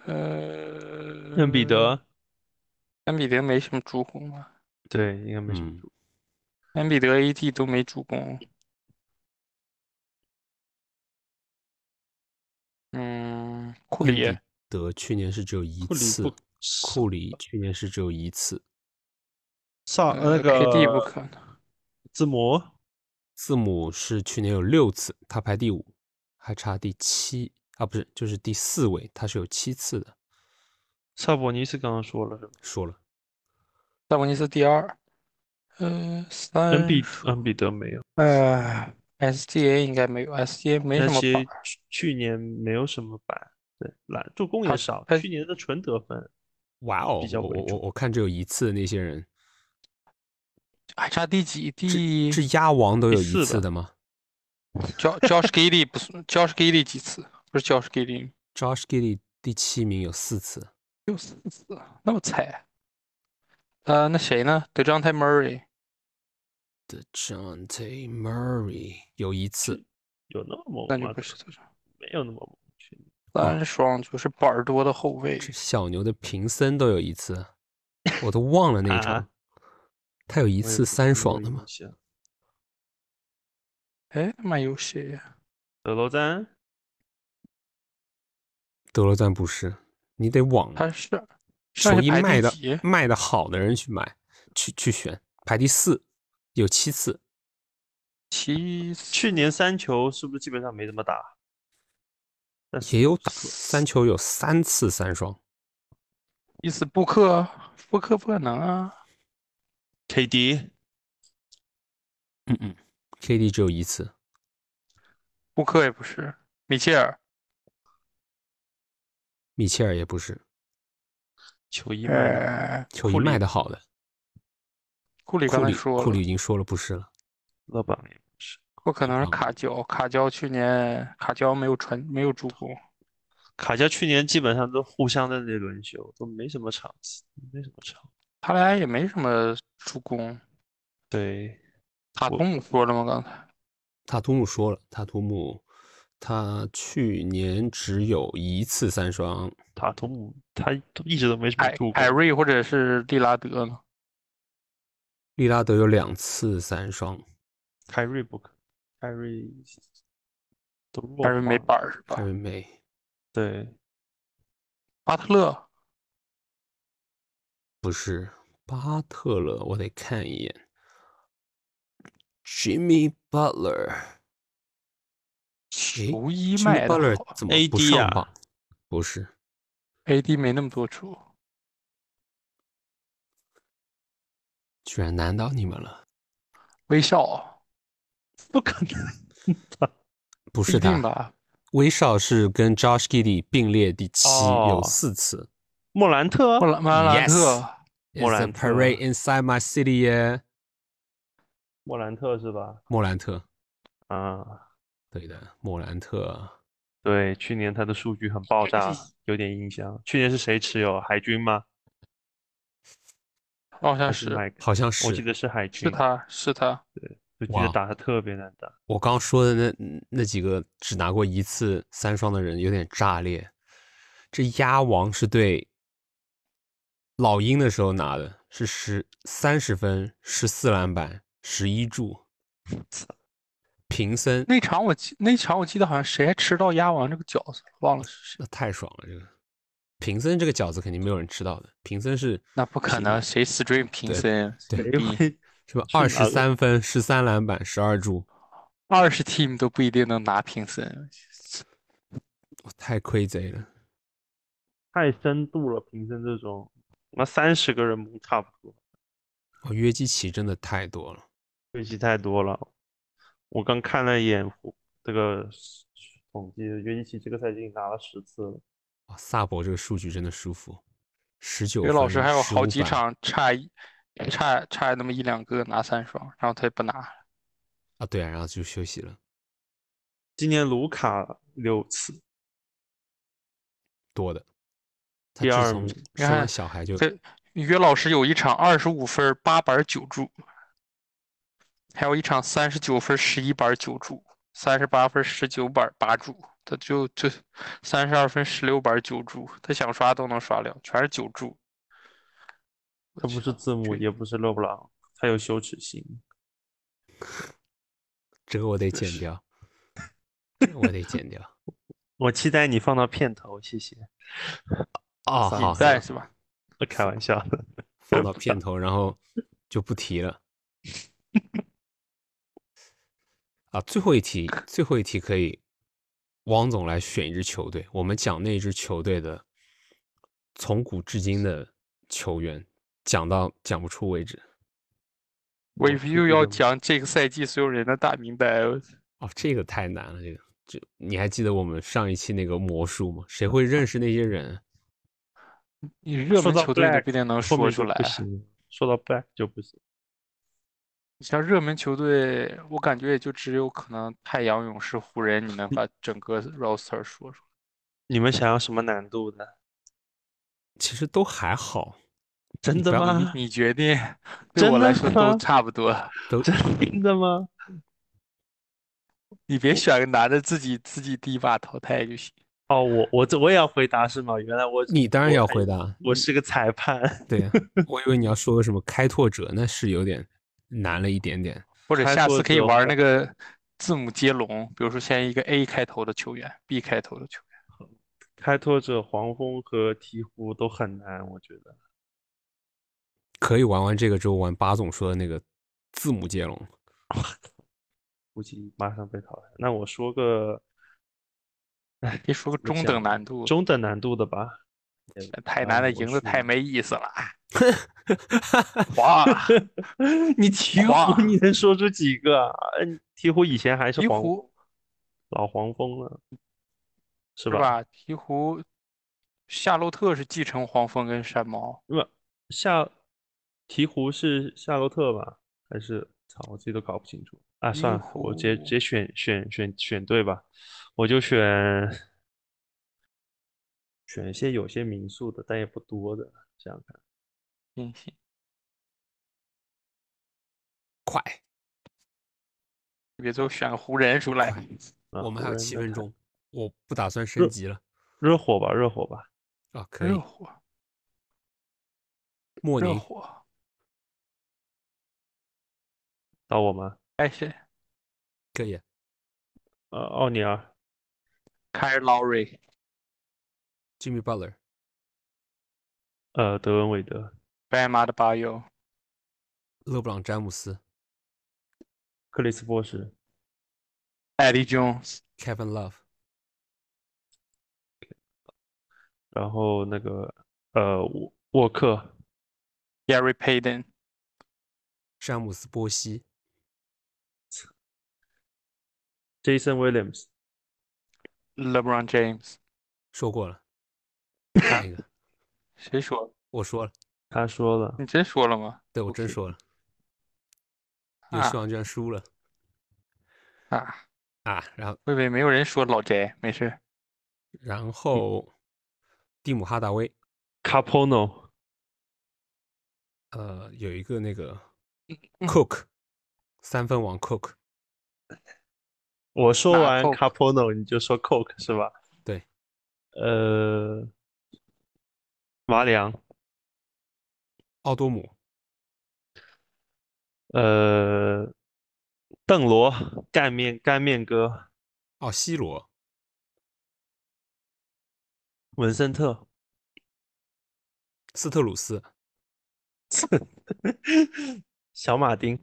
C: 呃，
A: 恩比，德，
C: 恩比德没什么助攻啊，
A: 对，应该没什么
B: 嗯
A: 助
C: 恩比德 AD 都没助攻。嗯，库
B: 恩
C: 里
B: 比德去年是只有
C: 嗯
B: 一
A: 库里
B: 次
A: 不，
B: 库里去年是只有一次，
A: 上啊
C: 呃
A: 那个
C: KD 不可能，
A: 字母，
B: 字母是去年有六次，他排第五，还差第七啊，不是，就是第四位，他是有七次的。
A: 萨博尼斯刚刚说了是吧？
B: 说了，
C: 萨博尼斯第二，呃，三
A: 恩比恩比德没有，
C: 呃，SGA 应该没有，SGA 没
A: 但
C: 什么啊
A: 其
C: 板
A: 实
C: 儿。
A: 去去年没有什么板，对，篮助攻也
C: 他
A: 少，
C: 他
A: 去年的纯得分
B: 哇哦，
A: 较
B: 我
A: 稳
B: 我我
A: 重
B: 我看只有一次的那些人，
C: 还差哎第几？第
B: 是鸭王都
A: 第
B: 有
A: 四
B: 一次
A: 吧
B: 的吗
C: Jo- Josh Giddey 不是 Josh Giddey 几次？不是 Josh Giddey，
B: ？Josh Giddey 第七名有四次，
C: 有四次，那么菜。呃，那谁呢？DeJounte Murray，
B: The Jonte Murray 有一次，
A: 有那么猛
C: 那
A: 吗
C: 就？不是这种。
A: 没有那么猛，去年
C: 三双就是板儿多的后卫，
B: 这小牛的平森都有一次，我都忘了那一场
A: 啊，
B: 他有一
A: 一
B: 次三爽的吗？？
C: 哎，他妈有谁呀？
A: 德罗赞，
B: 德罗赞不是，你得往
C: 他是上
B: 嗯手
C: 一
B: 艺
C: 排
B: 卖
C: 第
B: 的
C: 几？
B: 卖的好的人去买，去去选，排第四，有七次，
C: 七
A: 去年三球是不是基本上没怎么打？但是
B: 也有打三球有三次三双，
C: 意思布克，布克不可能啊。
A: KD
B: 嗯嗯，KD 只有一次，
C: 布克也不是，米切尔，
B: 米切尔也不是，
A: 球衣卖的
C: 呃，
B: 球
A: 库里
B: 衣卖的好的，
C: 库里
B: 库
C: 刚才
B: 里
C: 说
B: 库
C: 了
B: 里已，经说了不是了，
A: 勒邦也不是，
C: 不可能是
B: 啊
C: 卡椒，卡椒去年卡椒没有传没有助攻，
A: 卡加去年基本上都互相在那里轮休，都没什么场次，没什么场。
C: 他俩也没什么助攻。
A: 对，
C: 塔
A: 我
C: 图姆说了吗？刚才
B: 塔图姆说了，塔图姆他去年只有一次三双，
A: 塔图姆他都一直都没什么
C: 艾
A: 助攻
C: 艾，瑞或者是利拉德呢？
B: 利拉德有两次三双，
A: 凯瑞不可，凯瑞都弱
C: 艾瑞没
A: 化了
C: 板儿是吧
B: 凯？瑞梅
A: 对，
C: 巴特勒
B: 不是巴特勒，我得看一眼，Jimmy Butler。诶
C: 球衣
B: Jimmy
C: 卖的
B: Butler
C: 好
B: 怎么不
A: AD
B: 上
A: 啊
B: 榜？不是，
C: ，AD 没那么多出，
B: 居然难倒你们了。
C: 威少
A: 不可能。
B: 不
C: 不
B: 是
C: 一定
B: 他，
C: 吧？
B: 威少是跟 Josh Giddey 并列第七，有
A: 哦
B: 四次。
A: 莫兰特啊
C: 莫兰莫兰特
B: Yes
A: 莫
B: It's a
A: 兰特
B: parade inside my city 耶，
A: 莫兰特是吧？
B: 莫兰特，
A: 啊，
B: 对的，莫兰特。
A: 对，去年他的数据很爆炸，有点印象。去年是谁持有海军吗？
C: 好像
B: Oh
A: 还是
C: 是
A: 麦克？
B: 好像
A: 我记
B: 是
A: 得是海军，
C: 是他是他，
A: 就觉
B: 哇
A: 得打他特别难打。
B: 我刚说的那那几个只拿过一次三双的人有点炸裂。这鸭王是对老鹰的时候拿的，是十三十分，十四篮板，十一助。平森
C: 那场我记那场我记得好像谁还吃到鸭王这个饺子，忘了是谁。
B: 那太爽了，这个平森这个饺子肯定没有人吃到的。平森是
C: 那不可能，谁 stream 平
B: 对
C: 森？
B: 对
A: 谁
C: 谁逼
A: 会
B: 什么
A: 是
B: 二
A: 哪
B: 十三分、十三篮板、十二助，
C: 二十 team 都不一定能拿平森。
B: 我太亏贼了。
A: 太深度了，平生这种，那三十个人差不多，
B: 哦，约基奇真的太多了。
A: 信息太多了。我刚看了一眼这个统计，约基奇这个赛季拿了十次了。
B: 啊哦，萨博这个数据真的舒服。十九
C: 这个老师还有好几
B: 场
C: 场差一差差那么一两个拿三双，然后他也不拿。
B: 啊，对啊，然后就休息了，
A: 今年卢卡六次，
B: 多的。他
A: 第
B: 自
A: 二
B: 从
A: 名
B: 生
C: 看
B: 了小孩就
C: 这约老师有一场二十五分八板九助，还有一场三十九分十一板九助，三十八分十九板八助，他就就三十二分十六板九助，他想刷都能刷了，全是九助。
A: 他不是字母，也不是勒布朗，他有羞耻心。
B: 这个我得剪 掉，这个我得剪掉。
A: 我期待你放到片头，谢谢。
B: 哦，
A: 好
B: 好，
C: 比赛是吧？
A: 开玩笑的，
B: 放到片头，然后就不提了。啊，最后一题，最后一题可以，汪总来选一支球队，我们讲那支球队的从古至今的球员，讲到讲不出为止。
C: 我以为又要
A: 我
C: 讲这个赛季所有人的大名单，
B: 哦，这个太难了，这个这你还记得我们上一期那个魔术吗？谁会认识那些人？
C: 你热
A: 说
C: 门
A: 到
C: 球队你
A: Black，
C: 都不一定能
A: 后
C: 说
A: 面
C: 出
A: 就
C: 来
A: 不。行，说到 back 就不行。
C: 你像热门球队，我感觉也就只有可能太阳、勇士、湖人，你能把整个 roster 说出来。
A: 你们想要什么难度的？
B: 其实都还好，
A: 真的
B: 不要
A: 吗？
C: 你决定，
A: 啊
C: 对
A: 真
C: 我
A: 的
C: 来说
A: 吗
C: 都差不多。
B: 都
A: 真的吗？
C: 你别选个男的，自己自己第一把淘汰就行。
A: 哦，我我这我也要回答是吗？原来我
B: 你当然
A: 我
B: 要
A: 还
B: 回答，
A: 我是个裁判，
B: 对呀、我以为你要说个什么开拓者，那是有点难了一点点。
C: 或者
A: 开
C: 下
A: 拓
C: 次可以
A: 者
C: 玩那个字母接龙，比如说先一个 A 开头的球员，B 开头的球员。
A: 开拓者、黄蜂和鹈鹕都很难，我觉得。
B: 可以玩完这个之后，玩巴总说的那个字母接龙。
A: 估计马上被淘汰。那我说个
C: 可以说个
A: 我
C: 中
A: 讲
C: 等难度，
A: 中等难度的吧。
C: 太
A: 啊
C: 难的
A: 我
C: 赢的
A: 是
C: 太没意 思了。哇，
A: 你鹈
C: 哇
A: 鹕你能说出几个啊？嗯，鹈鹕以前还 是
C: 鹈
A: 黄
C: 鹕
A: 老黄蜂了，是
C: 是
A: 吧？
C: 吧？鹈鹕，夏洛特是继承黄蜂跟山猫，
A: 夏鹈鹕是夏洛特吧？还是操，我自己都搞不清楚。啊，算
C: 鹈
A: 了，我直接
C: 鹕
A: 直接选选选选对吧，我就选选一些有些名宿的，但也不多的，想想看。
C: 行行，
B: 快，
C: 你别最后选个湖人出来。
A: 啊，
B: 我们
A: 湖
B: 还有
A: 人
B: 七
A: 的
B: 分
A: 太，
B: 钟，我不打算升级了
A: 热哎火吧，热火吧。
B: 啊，可以
C: 热。火，
A: 哎
B: 莫
C: 热
B: 宁
C: 火，
A: 到我吗？
C: 哎谁？
B: 可以，
A: 呃，奥尼尔、
C: 凯尔劳瑞，
B: Jimmy Butler，
A: 呃，德文韦德、
C: 白马的巴尤，
B: 勒布朗詹姆斯
A: 克里斯波什、
C: 艾利 Jones，
B: ，Kevin Love，
A: 然后那个呃沃沃克、
C: Gary Payton，
B: 詹姆斯波西
A: Jason Williams、
C: LeBron James，
B: 说过了，那个
C: 谁说？
B: 我说了，
A: 他说了，
C: 你真说了吗？
B: 对我真
C: OK
B: 说了，游
C: 啊
B: 戏王居然输了
C: 啊，
B: 啊！然后
C: 我以为没有人说老宅，没事 儿。
A: 嗯
B: 然后蒂姆哈达威，
A: Capono、
B: 呃，有一个那个
A: 嗯
B: Cook 三分王 Cook，
A: 我说
C: 那
A: 完
C: Coke
A: Capono，你就说 Coke 是吧？
B: 对，
A: 呃，马里昂，
B: 奥多姆，
A: 呃，邓罗、干面干面哥、
B: 哦，西罗，
A: 文森特，
B: 斯特鲁斯，
A: 小马丁、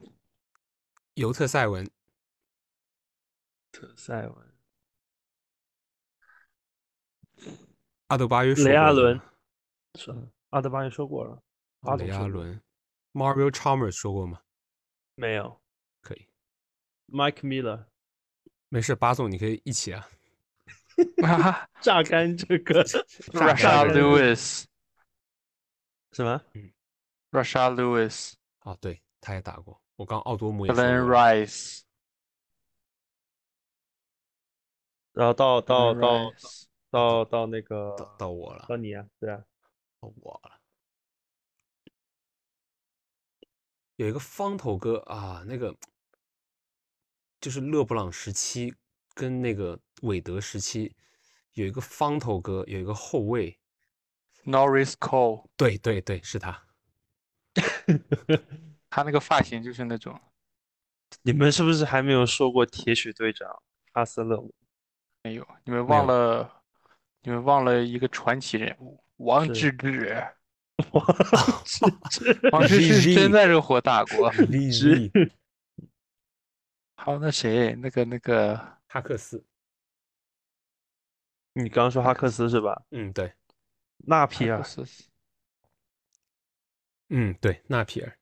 B: 尤特塞文，
A: 特塞文、
B: 阿德巴约，
A: 雷阿伦，是阿德巴约说过了，
B: 哦
A: 阿
B: 雷
A: 伦
B: 阿
A: 说过
B: 伦，Mario Chalmers 说过吗？
A: 没有
B: 可以，
A: Mike Miller。
B: 没事，巴总你可以一起啊。
C: 哈哈
A: 榨干这个
C: r a s h a
B: 干
C: Lewis，
A: 什么？
C: Rashad Lewis、
B: 哦，对，他也打过。我刚奥多姆也说
C: Glenn
B: 过
C: Rice、
A: 然后到到
C: Glenn
A: 到
C: Rice
A: 到到那个
B: 到到我了，
A: 到你啊，对啊，
B: 到我了。有一个方头哥啊，那个就是勒布朗时期跟那个韦德时期有一个方头哥，有一个后卫，
C: Norris Cole，
B: 对对对，是他。
C: 他那个发型就是那种
A: 你们是不是还没有说过铁血队长哈斯勒姆？
C: 没有，哎你们忘了，你们忘了一个传奇人物王
A: 是
C: 治郅，
A: 哇，这这
C: 王治郅
B: GG
C: 真在这火打 过。
B: 利
A: 啊是
B: 利
C: 还有那谁，那个那个
B: 哈克斯，
A: 你刚刚说哈克斯是吧？
B: 嗯，对，
A: 纳皮
C: 啊，
B: 哎
A: 尔
C: 不，是
B: 嗯，对，纳皮尔，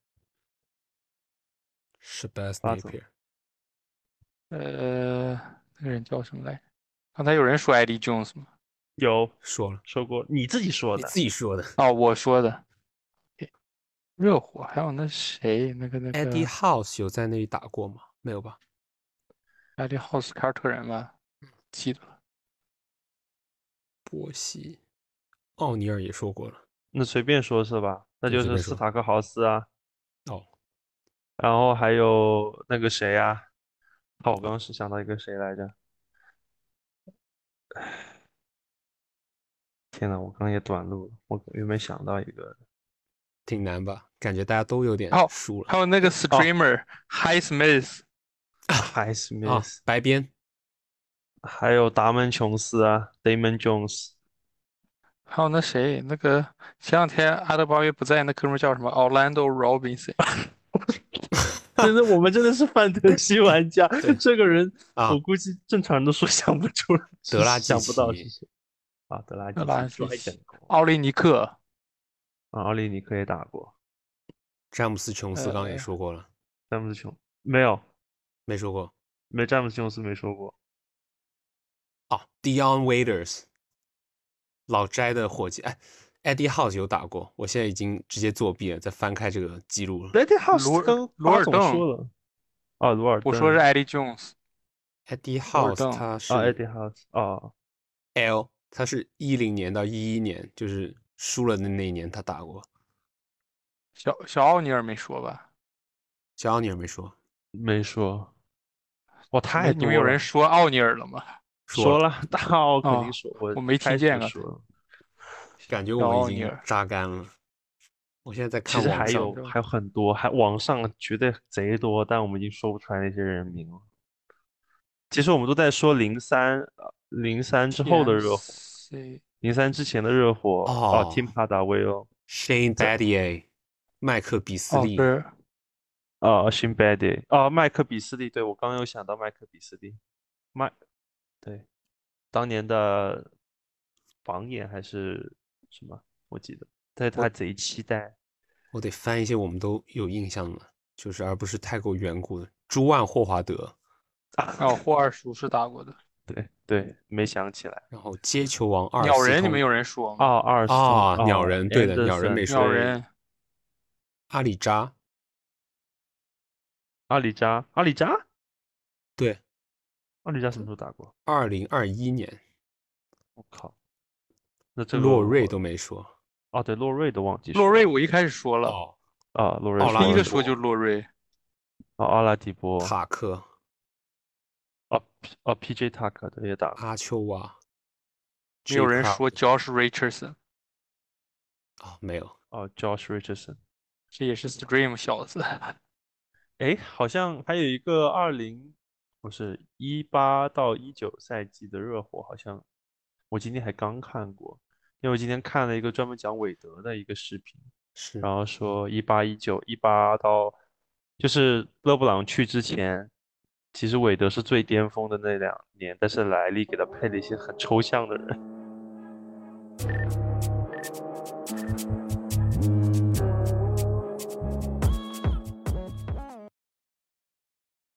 B: 是 best
A: 巴
B: 纳
A: 总
B: 皮尔，
C: 呃，那个人叫什么来着？刚才有人说 ID Jones 吗？
A: 有
B: 说了，
A: 说过，你自己说
B: 你
A: 的，
B: 自己说的。
C: 哦，我说的，热火，还有那谁，那个那
B: Eddie
C: 个
B: House 有在那里打过吗？没有吧？
C: 艾利浩斯凯尔特人吧，
A: 嗯
C: 记得了。
B: 波西、奥尼尔也说过了。
A: 那随便说是吧？那
B: 对
A: 就
B: 随
A: 是
B: 便
A: 斯
B: 说
A: 塔克豪斯啊，
B: 哦，
A: 然后还有那个谁啊？啊，我刚刚是想到一个谁来着？天呐，我刚刚也短路了，我原本想到一个，
B: 挺难吧？感觉大家都有点
C: 哦
B: 输了
C: 还有那个 Streamer High Smith，
A: 还是 m i
B: 啊
A: s！
B: 白边
A: 还有达文琼斯啊，Damon Jones，
C: 还有那谁，那个前两天阿德巴约不在，那哥们儿叫什么？Orlando Robinson，
A: 真的，我们真的是范特西玩家
B: 对。
A: 这个人，
B: 啊
A: 我，估计正常人都说 想不出来，
B: 德拉季
A: 想不到
B: 奇
A: 是谁。啊，德拉季
C: 德拉
A: 奇说
C: 季
A: 还
C: 奇哦
A: 讲过
C: 奥利尼克，
A: 啊，奥利尼克也打过，
B: 詹姆斯·琼斯刚刚也
C: 呃
B: 说过了，
A: 詹姆斯琼没有，
B: 没说过
A: 没詹姆斯琼斯没说过。
B: 哦。Dion Waiters，老斋的伙计，哎，Eddie House 有打过，我现在已经直接作弊了，再翻开这个记录了。
A: 雷迪哈斯
C: 罗
A: 跟
C: 罗
A: 巴
C: 尔
A: 总
C: 邓
A: 说了，啊，罗尔
C: 我说是
A: 邓
C: ID Jones，
B: Eddie
C: 尔邓
B: House 他
A: 啊，艾
B: 是
A: 迪哈斯啊，
B: L，他是一零年到一一年，就是输了的那一年他打过。
C: 小小奥尼尔没说吧？
B: 小奥尼尔没说，
A: 没说。哇，
C: 你
A: 太
C: 们你们
A: 多
C: 有
A: 了
C: 人说奥尼尔了吗？
A: 说
B: 了，
A: 了，大奥肯定
C: 哦
A: 说，我
C: 我没
A: 开始
C: 听见
A: 就
C: 啊
A: 说了。
B: 感觉
C: 小
B: 我
C: 奥
B: 已
C: 尼
B: 经
C: 尔
B: 榨干了。我现在在
A: 其
B: 看
A: 实还
B: 网上
A: 有还有很多，还网上绝对贼多，但我们已经说不出来那些人名了。其实我们都在说零三，零三之后的热火，
C: TMC
A: 零三之前的热火，哦
B: 哦
A: ，Tim h a d a w a y 哦，
B: Shane Battier、麦克比斯
C: 哦，
B: 利、
C: 不是，
A: 啊 s h i n b a d y 啊，麦克比斯利，对，我刚刚有想到麦克比斯利，麦，对，当年的榜眼还是什么，我记得，但是他贼期待，
B: 我得翻一些我们都有印象的，就是而不是太过远古的。朱万霍华德，
C: 哦，霍尔叔是打过的。
A: 对对，没想起来，
B: 然后接球王二
C: 鸟
B: 四
C: 人你
B: 通
C: 们有人说吗？
A: 哦，二十
B: 啊
A: 哦
B: 鸟人对的鸟人
A: Anderson，
B: 没说
C: 鸟
A: 对
C: 人，
B: 阿里扎，
A: 阿里扎，阿里扎，
B: 对，
A: 阿里扎什么时候打过？
B: 二零二一年
A: 我靠，那这个
B: 洛瑞
A: 我
B: 都没说
A: 哦，对，洛瑞都忘记
C: 洛
A: 说
C: 瑞我一开始说了，
B: 哦，
A: 啊，洛瑞
B: 奥
A: 说
B: 拉
C: 第一
A: 了
C: 个
B: 迪
C: 说就是洛瑞，
A: 哦，奥拉迪波，
B: 塔克、
A: 哦，P- 哦，PJ 塔克的也打过，
B: 阿丘瓦，
C: 没有
B: J
C: 人
B: Crowder
C: 说 Josh Richardson，
B: 哦，没有，
A: 哦，Josh Richardson，
C: 这也是 Stream 小子。
A: 哎，好像还有一个二零，不是一八到一九赛季的热火，好像我今天还刚看过，因为我今天看了一个专门讲韦德的一个视频。
B: 是
C: 啊
A: 然后说一八一九一八到，就是勒布朗去之前，其实韦德是最巅峰的那两年，但是莱利给他配了一些很抽象的人。